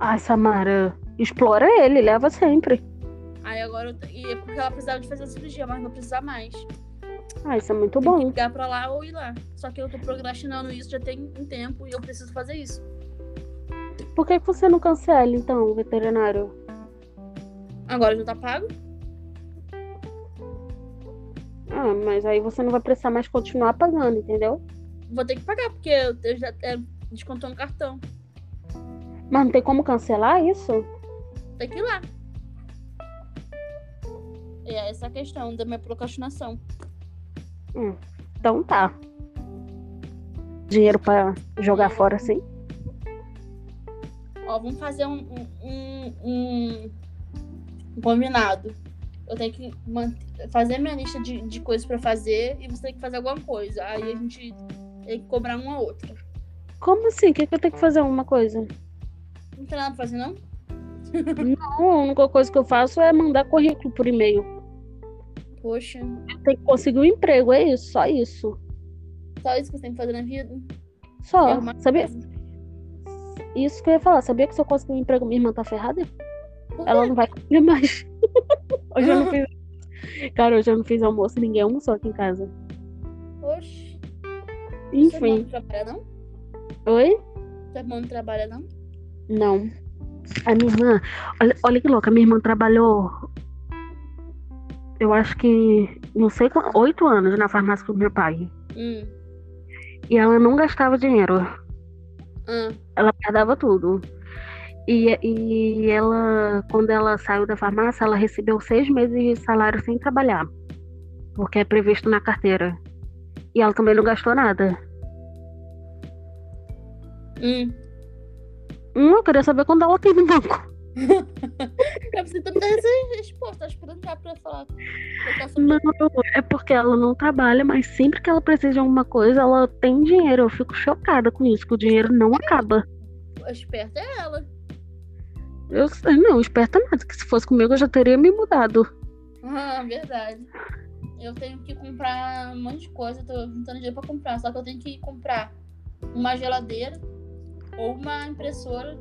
S1: Ai, Samara, explora ele, leva sempre.
S2: Aí agora eu. te- E é porque ela precisava de fazer a cirurgia, mas não precisa mais.
S1: Ah, isso é muito
S2: Tem que
S1: bom.
S2: ligar pra lá ou ir lá. Só que eu tô procrastinando isso já tem um tempo e eu preciso fazer isso.
S1: Por que que você não cancela, então, o veterinário?
S2: Agora já tá pago?
S1: Ah, mas aí você não vai precisar mais continuar pagando, entendeu?
S2: Vou ter que pagar, porque eu, eu já é, descontou no cartão.
S1: Mas não tem como cancelar isso?
S2: Tem que ir lá. E é essa a questão da minha procrastinação.
S1: Então tá. Dinheiro pra jogar fora, assim.
S2: Ó, vamos fazer um, um- um, um- um combinado. Eu tenho que manter- fazer minha lista de, de coisas pra fazer e você tem que fazer alguma coisa. Aí a gente tem que cobrar uma a outra.
S1: Como assim? O que, que eu tenho que fazer? Uma coisa?
S2: Não tem nada pra fazer, não?
S1: Não, a única coisa que eu faço é mandar currículo por e-mail.
S2: Poxa,
S1: Tem que conseguir um emprego, é isso, só isso.
S2: só isso que você tem que fazer na vida? É
S1: Só.
S2: uma
S1: Sabia?
S2: coisa.
S1: Isso que eu ia falar. Sabia que se eu conseguir um emprego, minha irmã tá ferrada?
S2: Por
S1: Ela
S2: quê?
S1: não vai comer mais. [laughs] hoje eu não fiz. Cara, hoje eu não fiz almoço, ninguém almoçou aqui em casa.
S2: Poxa, seu irmão
S1: Enfim.
S2: não trabalha, não?
S1: Oi?
S2: Seu irmão não trabalha, não?
S1: Não. A minha irmã, olha, olha que louca, a minha irmã trabalhou, eu acho que, não sei, qual- oito anos na farmácia do meu pai.
S2: Hum.
S1: E ela não gastava dinheiro,
S2: Ah,
S1: ela guardava tudo. E, e ela, quando ela saiu da farmácia, ela recebeu seis meses de salário sem trabalhar, porque é previsto na carteira. E ela também não gastou nada.
S2: hum.
S1: Hum, eu queria saber quando ela teve no banco.
S2: Eu preciso também dar essa resposta. Tá esperando já pra eu falar. Pra eu falar
S1: Não, é porque ela não trabalha, mas sempre que ela precisa de alguma coisa, ela tem dinheiro. Eu fico chocada com isso, que o dinheiro não acaba.
S2: sobre- Esperta é ela.
S1: Eu sei, não, esperta nada, que se fosse comigo eu já teria me mudado.
S2: Ah, verdade. Eu tenho que comprar um monte de coisa, eu tô juntando dinheiro pra comprar. Só que eu tenho que comprar uma geladeira ou uma impressora.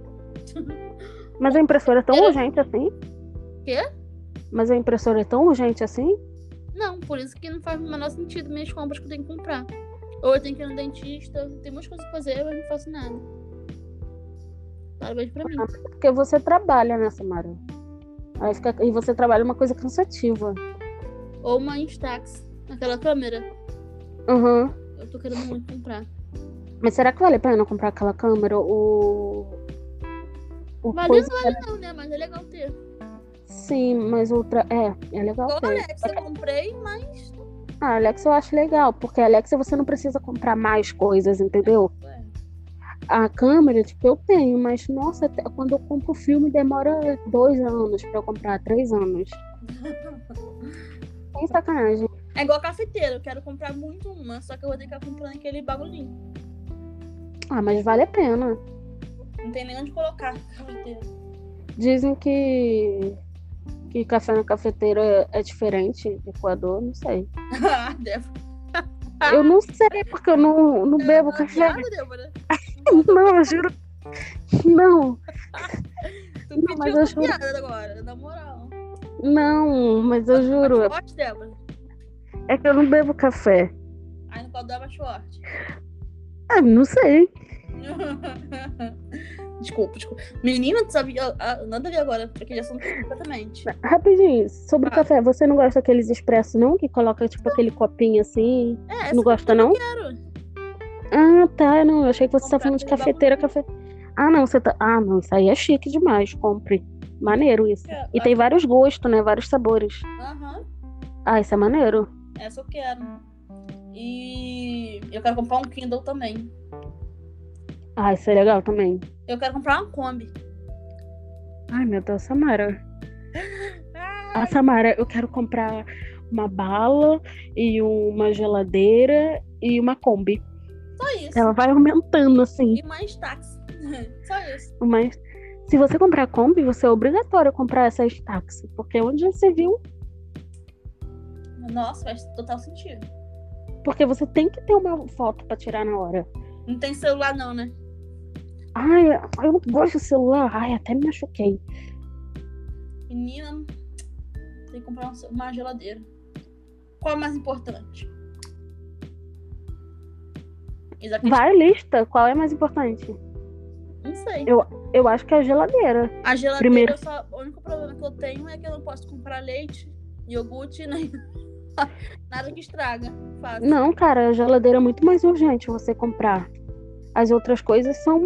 S1: Mas a impressora é tão
S2: Era-
S1: urgente assim?
S2: Quê?
S1: Mas a impressora é tão urgente assim?
S2: Não, por isso que não faz o menor sentido minhas compras que eu tenho que comprar. Ou eu tenho que ir no dentista, tem muitas coisas pra fazer, eu não faço nada. Parabéns pra mim.
S1: Porque você trabalha, né, Samara? Aí fica, e você trabalha uma coisa cansativa.
S2: Ou uma Instax, aquela câmera.
S1: Uhum.
S2: Eu tô querendo muito comprar.
S1: Mas será que vale a pena comprar aquela câmera? O. o
S2: Vale
S1: coisa-
S2: não vale não, né? Mas é legal ter.
S1: Sim, mas outra. É, é legal.
S2: Igual a
S1: ter.
S2: Alexa, eu comprei, mas...
S1: Ah, Alexa eu acho legal, porque a Alexa você não precisa comprar mais coisas, entendeu?
S2: Ué.
S1: A câmera, tipo, eu tenho, mas nossa, até quando eu compro filme demora dois anos pra eu comprar, três
S2: [laughs]
S1: anos. Sem sacanagem.
S2: É igual a cafeteira, eu quero comprar muito uma, só que eu vou ter que ficar comprando aquele bagulhinho.
S1: Ah, mas vale a pena.
S2: Não tem nem onde colocar [laughs] a cafeteira.
S1: Dizem que que café na cafeteira é diferente do Equador, não sei.
S2: ah, Débora. Ah.
S1: Eu não sei, porque eu não, não bebo
S2: Tá
S1: café.
S2: piada, Débora.
S1: Não, eu juro. Não.
S2: Tu
S1: Não,
S2: pediu
S1: mas
S2: uma
S1: eu juro.
S2: piada agora, na moral.
S1: Não, mas eu juro.
S2: Mais forte, Débora.
S1: É que eu não bebo café.
S2: Aí não pode dar mais forte.
S1: Ah, não sei.
S2: [laughs] desculpa, desculpa. Menina, tu sabe, ah, ah, nada a ver agora, aquele assunto é completamente.
S1: Rapidinho, sobre o
S2: Ah.
S1: café, você não gosta daqueles expressos, não? Que coloca tipo aquele copinho assim?
S2: É,
S1: não
S2: essa
S1: gosta, não?
S2: quero.
S1: Ah, tá, não. Eu achei que você tá
S2: Comprar
S1: falando de
S2: aquele
S1: cafeteira, café. Ah, não, você tá. Ah, não, isso aí é chique demais. Compre. Maneiro isso.
S2: É,
S1: E tem vários gostos, né? Vários sabores.
S2: Aham,
S1: Ah, isso é maneiro.
S2: essa eu quero. E eu quero comprar um Kindle também.
S1: Ah, isso é legal também.
S2: Eu quero comprar uma Kombi.
S1: Ai, meu Deus, Samara. Ah, Samara, eu quero comprar uma bala e uma geladeira e uma Kombi.
S2: Só isso.
S1: Ela vai aumentando assim.
S2: E mais táxi. [laughs] Só isso.
S1: Mas se você comprar Kombi, você é obrigatório a comprar essas táxi, porque é onde já se viu?
S2: Nossa, faz total sentido.
S1: Porque você tem que ter uma foto pra tirar na hora.
S2: Não tem celular, não, né?
S1: Ai, eu não gosto do celular. Ai, até me machuquei.
S2: Menina, tem que comprar um ce- uma geladeira. Qual é o mais importante? Isso aqui,
S1: Vai, lista. Qual é mais importante?
S2: não sei.
S1: Eu acho que é a geladeira.
S2: A geladeira,
S1: Primeiro.
S2: eu só, o único problema que eu tenho é que eu não posso comprar leite, iogurte, nem [laughs] nada que estraga. Fácil.
S1: Não, cara, a geladeira é muito mais urgente você comprar. As outras coisas são,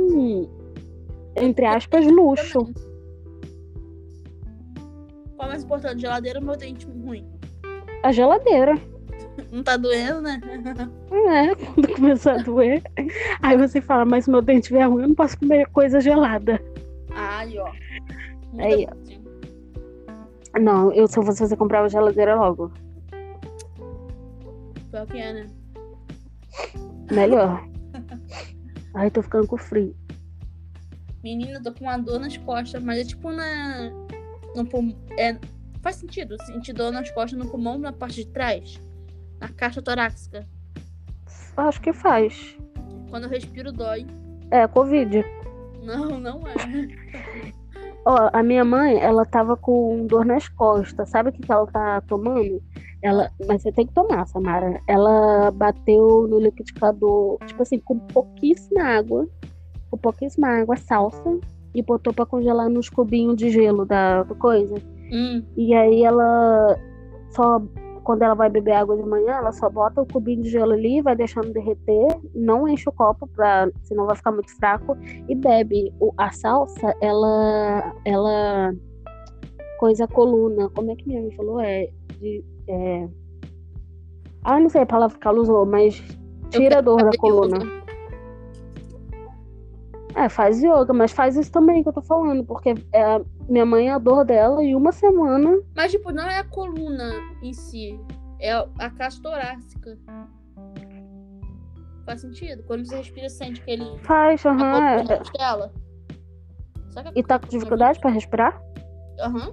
S1: entre aspas, luxo.
S2: Também. Qual é o mais importante? Geladeira ou meu dente ruim?
S1: A geladeira.
S2: Não tá doendo, né?
S1: É, [laughs] quando começar a doer. Aí você fala, mas meu dente vem ruim, eu não posso comer coisa gelada.
S2: Aí, ó. Muita
S1: Aí,
S2: coisa.
S1: Não, eu se eu fosse você comprava geladeira logo.
S2: Pior que é, né?
S1: Melhor. Ai, tô ficando com frio.
S2: Menina, eu tô com uma dor nas costas, mas é tipo na. No pulmão. É, Faz sentido sentir dor nas costas, no pulmão, na parte de trás, na caixa torácica.
S1: Acho que faz.
S2: Quando eu respiro, dói.
S1: É, Covid.
S2: Não, não é. [laughs]
S1: Ó, a minha mãe, ela tava com dor nas costas. Sabe o que, que ela tá tomando? Ela, mas você tem que tomar, Samara. Ela bateu no liquidificador, tipo assim, com pouquíssima água, com pouquíssima água salsa, e botou pra congelar nos cubinhos de gelo da do coisa.
S2: Hum,
S1: E aí ela só quando ela vai beber água de manhã, ela só bota o cubinho de gelo ali, vai deixando derreter, não enche o copo para senão vai ficar muito fraco e bebe. O, a salsa, ela ela coisa a coluna, como é que minha mãe falou? É de é... Ah, não sei a palavra que ela usou, mas tira a dor da
S2: fazer
S1: coluna.
S2: yoga.
S1: É, faz yoga, mas faz isso também que eu tô falando, porque é, minha mãe, a dor dela, em uma semana
S2: Mas, tipo, não é a coluna em si. É a caixa torácica. Faz sentido? Quando você respira, sente aquele.
S1: faz, aham,
S2: a
S1: é-
S2: dor na costela. Só que é a
S1: E tá com dificuldade pra respirar?
S2: Aham.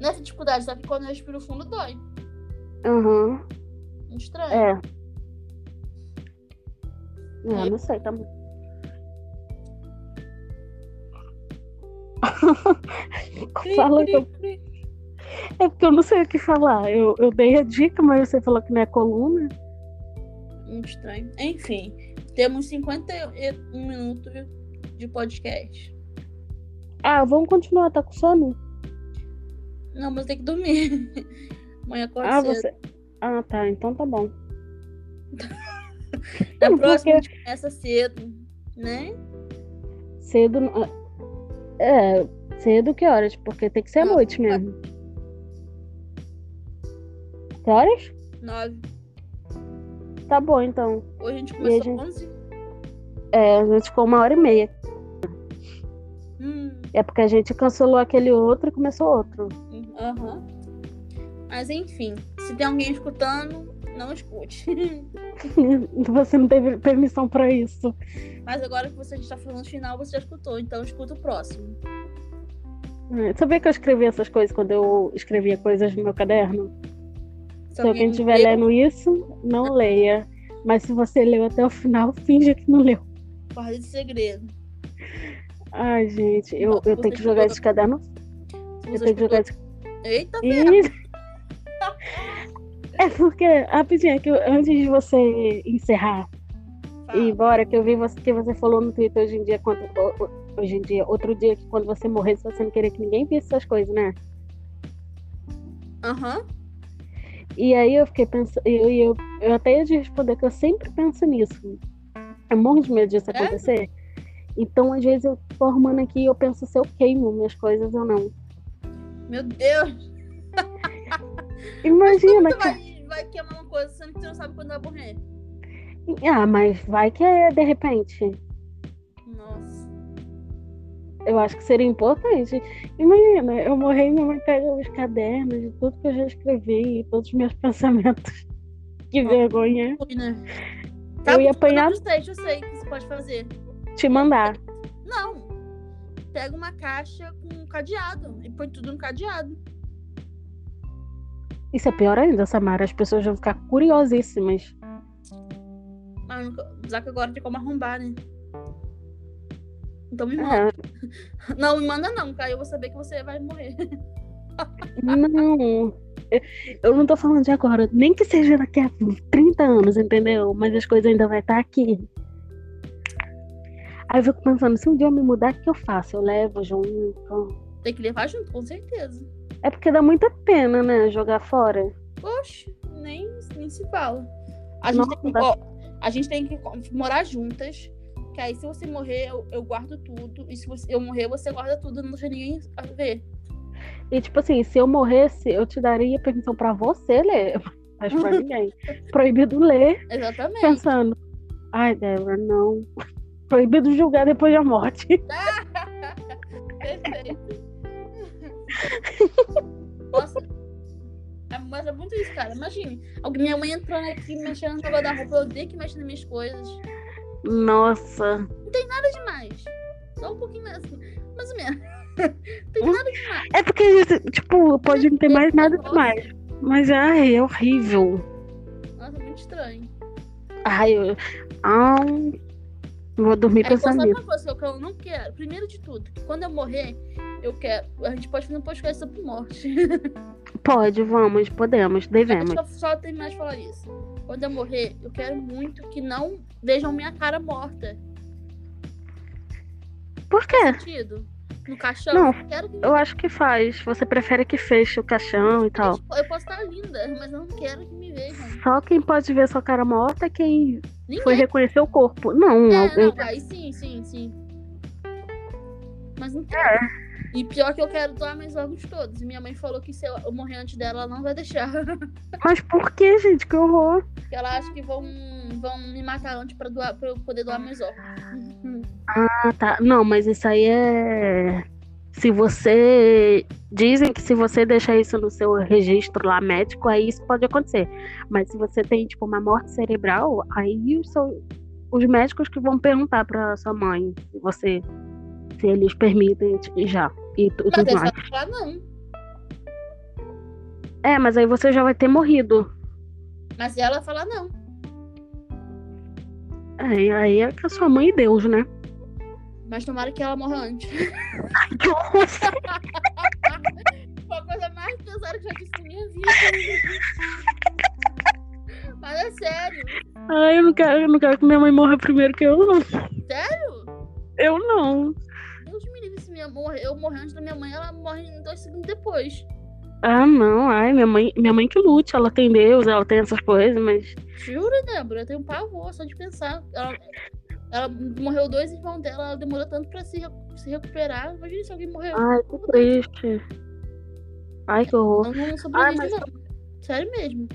S2: Nessa dificuldade, só que quando eu respiro fundo dói.
S1: Aham.
S2: Muito estranho.
S1: É. É, não sei [laughs] também.
S2: Cri,
S1: Fala
S2: cri,
S1: que eu-
S2: cri.
S1: É porque eu não sei o que falar. Eu, eu dei a dica, mas você falou que não é coluna.
S2: Muito estranho. Enfim, temos 51 minutos de podcast.
S1: Ah, vamos continuar, tá com sono?
S2: Não, mas tem que dormir. [laughs] Amanhã acorda
S1: ah,
S2: cedo.
S1: você. Ah, tá. Então tá bom.
S2: Na
S1: Não,
S2: próxima, a gente começa cedo, né?
S1: Cedo. não- É, cedo que horas? Porque tem que ser à
S2: Não, tá.
S1: noite mesmo. Que horas?
S2: Nove.
S1: Tá bom, então.
S2: Hoje a gente começou
S1: gente-
S2: 11.
S1: É, a gente ficou uma hora e meia.
S2: Hum,
S1: É porque a gente cancelou aquele outro e começou outro. [laughs]
S2: hum, aham. Mas enfim, se tem alguém escutando,
S1: [laughs]
S2: não escute.
S1: Você não teve permissão pra isso.
S2: Mas agora que você está falando final, você já escutou, então escuta o próximo.
S1: É, Sabia que eu escrevi essas coisas quando eu escrevia coisas no meu caderno?
S2: Se
S1: Se alguém estiver
S2: leu,
S1: lendo isso, não leia. Mas se você leu até o final, [laughs] finge que não leu.
S2: guarda esse segredo.
S1: Ai, gente, eu,
S2: Não,
S1: eu
S2: você
S1: tenho que
S2: jogou.
S1: jogar esse caderno.
S2: Se
S1: Eu
S2: você
S1: tenho que jogar
S2: escutou...
S1: esse
S2: Eita,
S1: Ih! É porque, rapidinho, é que eu- antes de você encerrar
S2: fala.
S1: e ir embora, que eu vi você, que você falou no Twitter hoje em dia, quando, hoje em dia, outro dia, que quando você morresse, você não queria que ninguém visse suas coisas, né?
S2: Aham.
S1: E aí eu fiquei pensando, eu, eu, eu até ia te responder que eu sempre penso nisso. Eu morro de medo disso
S2: Sério?
S1: acontecer. Então, às vezes, eu tô arrumando aqui e eu penso se eu queimo minhas coisas ou não.
S2: Meu Deus. [laughs]
S1: Imagina
S2: Tu
S1: que.
S2: vai, vai queimar uma coisa sendo que você não sabe quando vai morrer.
S1: Ah, mas vai que é de repente.
S2: Nossa.
S1: Eu acho que seria importante. Imagina, eu morri e minha mãe pega os cadernos de tudo que eu já escrevi e todos os meus [laughs] pensamentos. Que
S2: Nossa.
S1: vergonha.
S2: Foi, né?
S1: Eu ia
S2: bom,
S1: apanhar-
S2: Eu sei, eu sei o que você pode fazer.
S1: Te mandar.
S2: Não. Pega uma caixa com um cadeado e põe tudo no cadeado.
S1: Isso é pior ainda, Samara. As pessoas vão ficar curiosíssimas.
S2: Mas nunca... Ah, já que agora tem como arrombar, né? Então me manda.
S1: Ah,
S2: Não, me manda não, cara. Eu vou saber que você vai morrer. [laughs]
S1: Não. Eu- Eu não tô falando de agora. Nem que seja daqui a 30 anos, entendeu? Mas as coisas ainda vai estar aqui. Aí eu fico pensando, se um dia eu me mudar, o que eu faço? Eu levo junto.
S2: Tem que levar junto, com certeza.
S1: É porque dá muita pena, né? Jogar fora.
S2: Poxa, nem, nem se fala. A gente,
S1: Nossa,
S2: tem que,
S1: dá-
S2: ó, a gente tem que co- morar juntas. Que aí, se você morrer, eu, eu guardo tudo. E se você- eu morrer, você guarda tudo. Não deixa ninguém ver.
S1: E tipo assim, se eu morresse, eu te daria permissão pra você ler. [laughs] Mas pra ninguém. Proibido ler, [laughs]
S2: Exatamente.
S1: pensando. Ai, Débora, não. [laughs] Proibido julgar depois da morte.
S2: Perfeito. Nossa. É, Mas é muito isso, cara. Imagine. Alguém, minha mãe entrando aqui, mexendo no meu guarda-roupa. Eu odeio que mexe nas minhas coisas.
S1: Nossa.
S2: Nada demais. Só um pouquinho mais. Mais ou menos. [laughs] Tem nada demais.
S1: É porque, tipo, pode não ter mais nada demais. Mas, ai, é horrível.
S2: Nossa, muito estranho.
S1: Ai, eu... Ah, vou dormir
S2: Aí, pô,
S1: pensando
S2: sabe
S1: nisso.
S2: uma coisa que assim, eu não quero? Primeiro de tudo, que quando eu morrer, eu quero. A gente pode fazer um podcast sobre morte.
S1: Pode, vamos, podemos, devemos.
S2: Deixa [laughs] eu só terminar de falar isso. Quando eu morrer, eu quero muito que não vejam minha cara morta.
S1: Por quê?
S2: Sentido? No caixão.
S1: É. Não,
S2: eu quero que
S1: Eu acho que faz. Você prefere que feche o caixão e tal.
S2: Tipo, Eu posso estar linda, mas eu não quero que me vejam.
S1: Só quem pode ver sua cara morta é quem
S2: Ninguém.
S1: foi reconhecer o corpo. Não,
S2: Né? É,
S1: alguém.
S2: não, aí sim, sim, sim. Mas não quero.
S1: É.
S2: E pior que eu quero doar meus órgãos todos. E minha mãe falou que se eu eu morrer antes dela, ela não vai deixar. [laughs]
S1: Mas por que, gente? Que horror.
S2: Porque ela acha que vão, vão me matar antes pra, doar, pra eu poder doar meus órgãos.
S1: Ah, tá. Não, mas isso aí é. Se você. Dizem que se você deixar isso no seu registro lá médico, aí isso pode acontecer. Mas se você tem, tipo, uma morte cerebral, aí são os médicos que vão perguntar pra sua mãe se você. Se eles permitem te- já. E tu-
S2: Mas
S1: tudo mais.
S2: essa lá não.
S1: É, mas aí você já vai ter morrido.
S2: Mas ela fala não.
S1: Aí, aí é que a sua mãe e Deus, né? [laughs]
S2: Mas tomara que ela morra antes. [laughs]
S1: Que horror!
S2: Foi a coisa mais pesada que eu já disse na minha vida. Mas é sério.
S1: Ai, eu não quero, eu não quero que minha mãe morra primeiro que eu, não.
S2: Sério?
S1: Eu não.
S2: Deus me livre se minha morre, eu morrer antes da minha mãe, ela morre dois segundos depois.
S1: Ah, não. Ai, minha mãe, minha mãe que lute. Ela tem Deus, ela tem essas coisas, mas.
S2: Juro, Débora, eu tenho pavor só de pensar. Ela, ela morreu dois irmãos dela, ela demorou tanto pra se, recu- se recuperar. Imagina se alguém morreu.
S1: Ai, que triste. Ai, que horror.
S2: Ela não
S1: Ai,
S2: sobrevive,
S1: mas,
S2: não. Sério mesmo.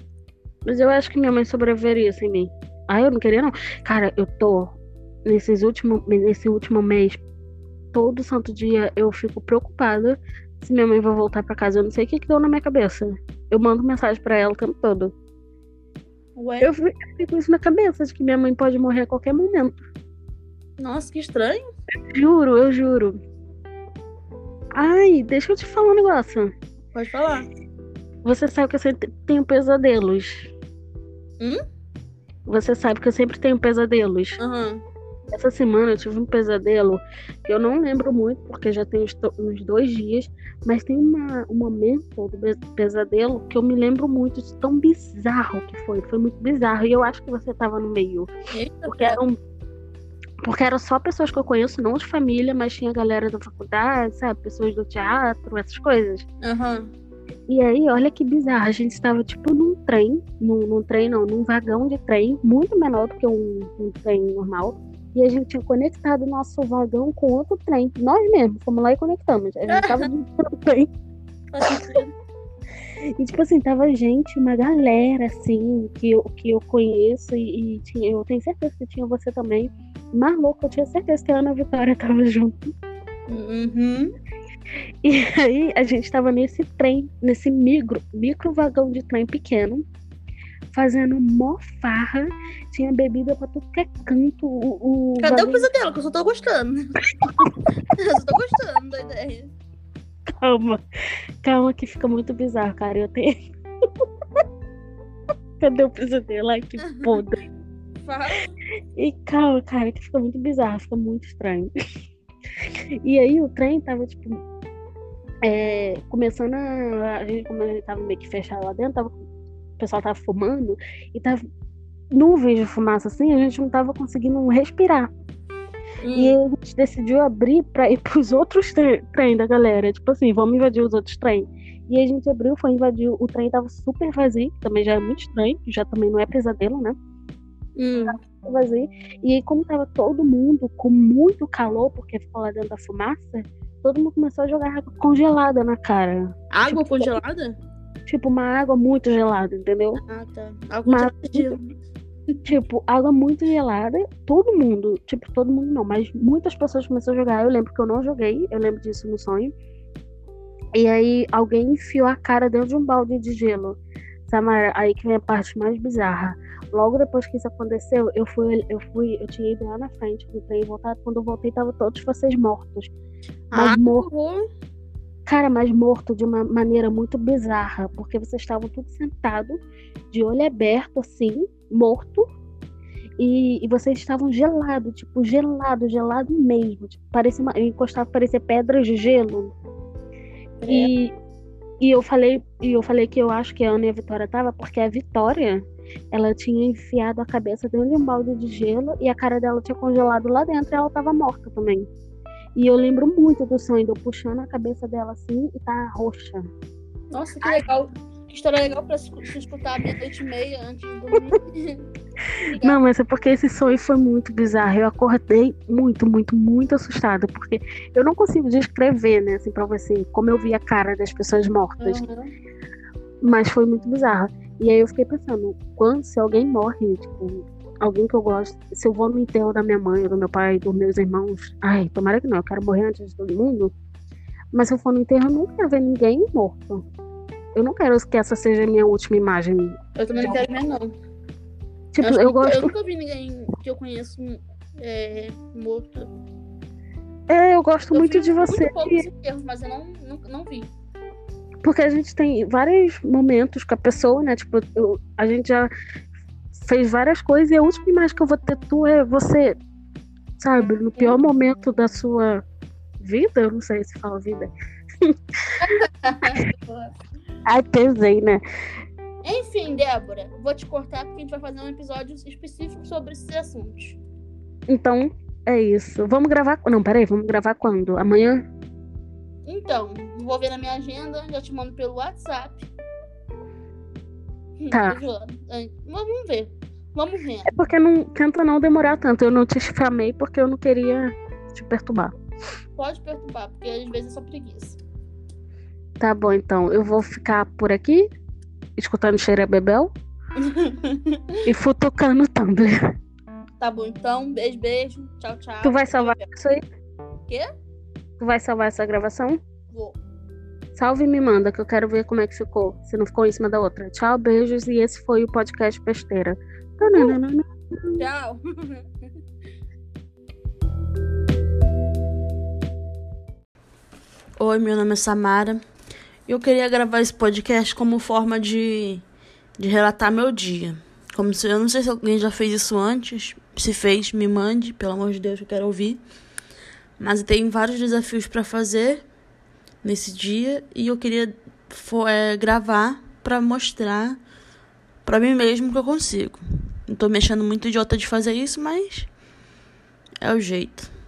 S1: mas eu acho que minha mãe sobreviveria sem mim. Ai, eu não queria, não. Cara, eu tô. Nesses último, nesse último mês, todo santo dia, eu fico preocupada se minha mãe vai voltar pra casa. Eu não sei o que, que deu na minha cabeça. Eu mando mensagem pra ela o tempo todo.
S2: Ué,
S1: Eu fi- eu fico com isso na cabeça, de que minha mãe pode morrer a qualquer momento.
S2: nossa, que estranho.
S1: Juro, eu juro. Ai, deixa eu te falar um negócio.
S2: Pode falar.
S1: Você sabe que eu sempre tenho pesadelos.
S2: Hum?
S1: Você sabe que eu sempre tenho pesadelos.
S2: Aham.
S1: Essa semana eu tive um pesadelo que eu não lembro muito, porque já tem uns, to- uns dois dias, mas tem uma- um momento do pe- pesadelo que eu me lembro muito de tão bizarro que foi. Foi muito bizarro. E eu acho que você tava no meio.
S2: Eita,
S1: Porque é- eram. Porque eram só pessoas que eu conheço, não de família, mas tinha galera da faculdade, sabe? Pessoas do teatro, essas coisas.
S2: Aham.
S1: E aí, olha que bizarro, a gente estava tipo num trem, num, num trem não, num vagão de trem, muito menor do que um, um trem normal. E a gente tinha conectado o nosso vagão com outro trem. Nós mesmos, fomos lá e conectamos. A gente tava dentro do trem.
S2: Faz sentido.
S1: E, tipo assim, tava gente, uma galera, assim, que eu, que eu conheço e, e tinha- eu tenho certeza que tinha você também. Mas louco, eu tinha certeza que a Ana Vitória tava junto.
S2: Uhum.
S1: E aí a gente tava nesse trem, nesse micro, micro vagão de trem pequeno, fazendo mó farra, tinha bebida pra tudo que é canto. O, o
S2: Cadê o
S1: vagão-
S2: pesadelo? Que eu só tô gostando. [laughs] eu só tô gostando da ideia.
S1: Calma, calma que fica muito bizarro, cara. Eu tenho. [laughs] Cadê o pesadelo? Ai, que podre.
S2: Fala.
S1: E calma, cara, que fica muito bizarro, fica muito estranho. [laughs] E aí o trem tava, tipo, é, começando a. A gente, como a gente tava meio que fechado lá dentro, tava- o pessoal tava fumando e tava nuvens de fumaça assim, a gente não tava conseguindo respirar.
S2: Hum,
S1: E a gente decidiu abrir pra ir pros outros tre- trem da galera. Tipo assim, vamos invadir os outros trem. E a gente abriu, foi invadir. O trem tava super vazio, que também já é muito estranho, já também não é pesadelo, né?
S2: Hum.
S1: vazio. E aí, como tava todo mundo com muito calor, porque ficou lá dentro da fumaça, todo mundo começou a jogar água congelada na cara.
S2: Água congelada?
S1: Tipo, uma água muito gelada, entendeu?
S2: Ah, tá.
S1: Mas-
S2: Água congelada.
S1: Tipo, água muito gelada, todo mundo, tipo, todo mundo não, mas muitas pessoas começaram a jogar. Eu lembro que eu não joguei, eu lembro disso no sonho. E aí, alguém enfiou a cara dentro de um balde de gelo. Samara, aí que vem a parte mais bizarra. Logo depois que isso aconteceu, eu fui, eu fui, eu tinha ido lá na frente, voltei, voltado. Quando eu voltei, tava todos vocês mortos. Mas
S2: Ah,
S1: morto,
S2: horror.
S1: cara, mas morto de uma maneira muito bizarra, porque vocês estavam tudo sentado, de olho aberto, assim, morto. E, e vocês estavam gelado, tipo, gelado, gelado mesmo. Tipo, parecia uma, eu encostava, parecia pedras de gelo e, e eu falei e eu falei que eu acho que a Ana e a Vitória tava porque a Vitória ela tinha enfiado a cabeça dentro de um balde de gelo e a cara dela tinha congelado lá dentro e ela tava morta também. E eu lembro muito do sonho de eu puxando a cabeça dela assim e tá roxa.
S2: Nossa, que legal. Que história legal pra se se escutar meia-noite e meia antes de
S1: [laughs]
S2: dormir.
S1: Não, mas é porque esse sonho foi muito bizarro. Eu acordei muito, muito, muito assustada, porque eu não consigo descrever, né, assim, pra você, como eu vi a cara das pessoas mortas.
S2: Aham.
S1: Mas foi muito bizarro. E aí eu fiquei pensando, quando se alguém morre, tipo, alguém que eu gosto, se eu vou no enterro da minha mãe, ou do meu pai, dos meus irmãos, ai, tomara que não, eu quero morrer antes de todo mundo. Mas se eu for no enterro, eu não quero ver ninguém morto. Eu não quero que essa seja a minha última imagem.
S2: Eu também não quero mais, não.
S1: Tipo,
S2: acho
S1: eu,
S2: que nunca-
S1: gosto.
S2: nunca vi ninguém que eu conheço é, morto.
S1: É, eu gosto
S2: Eu
S1: muito
S2: vi
S1: de você.
S2: Muito poucos enterros, mas eu não, não, não vi.
S1: porque a gente tem vários momentos com a pessoa, né? Tipo, eu- a gente já fez várias coisas e a última imagem que eu vou ter tua é você, sabe, no pior momento da sua vida, eu não sei se fala vida. Ai, pesei, né?
S2: Enfim, Débora, vou te cortar porque a gente vai fazer um episódio específico sobre esses assuntos.
S1: Então, é isso. Vamos gravar. Não, peraí, vamos gravar quando? Amanhã?
S2: Então, vou ver na minha agenda, já te mando pelo WhatsApp. Hum, [laughs]
S1: Tá.
S2: vejo lá. É, Vamos ver. Vamos ver.
S1: É porque não tenta não demorar tanto. Eu não te chamei porque eu não queria te perturbar.
S2: Pode perturbar, porque às vezes é só preguiça.
S1: Tá bom, então. Eu vou ficar por aqui, escutando Cheira Bebel e futucando o Tumblr.
S2: tá bom, então. Beijo, beijo. Tchau, tchau.
S1: Tu vai salvar isso aí?
S2: Quê?
S1: Tu vai salvar essa gravação?
S2: Vou.
S1: Salve e me manda, que eu quero ver como é que ficou. Se não ficou em cima da outra. Tchau, beijos. E esse foi o podcast Besteira. Tananana.
S2: Tchau.
S3: Oi, meu nome é Samara. Eu queria gravar esse podcast como forma de, de relatar meu dia. Como se, eu não sei se alguém já fez isso antes. Se fez, me mande, pelo amor de Deus, eu quero ouvir. Mas eu tenho vários desafios para fazer nesse dia e eu queria fo- eh, gravar para mostrar para mim mesmo que eu consigo. Não tô me achando muito idiota de fazer isso, mas é o jeito.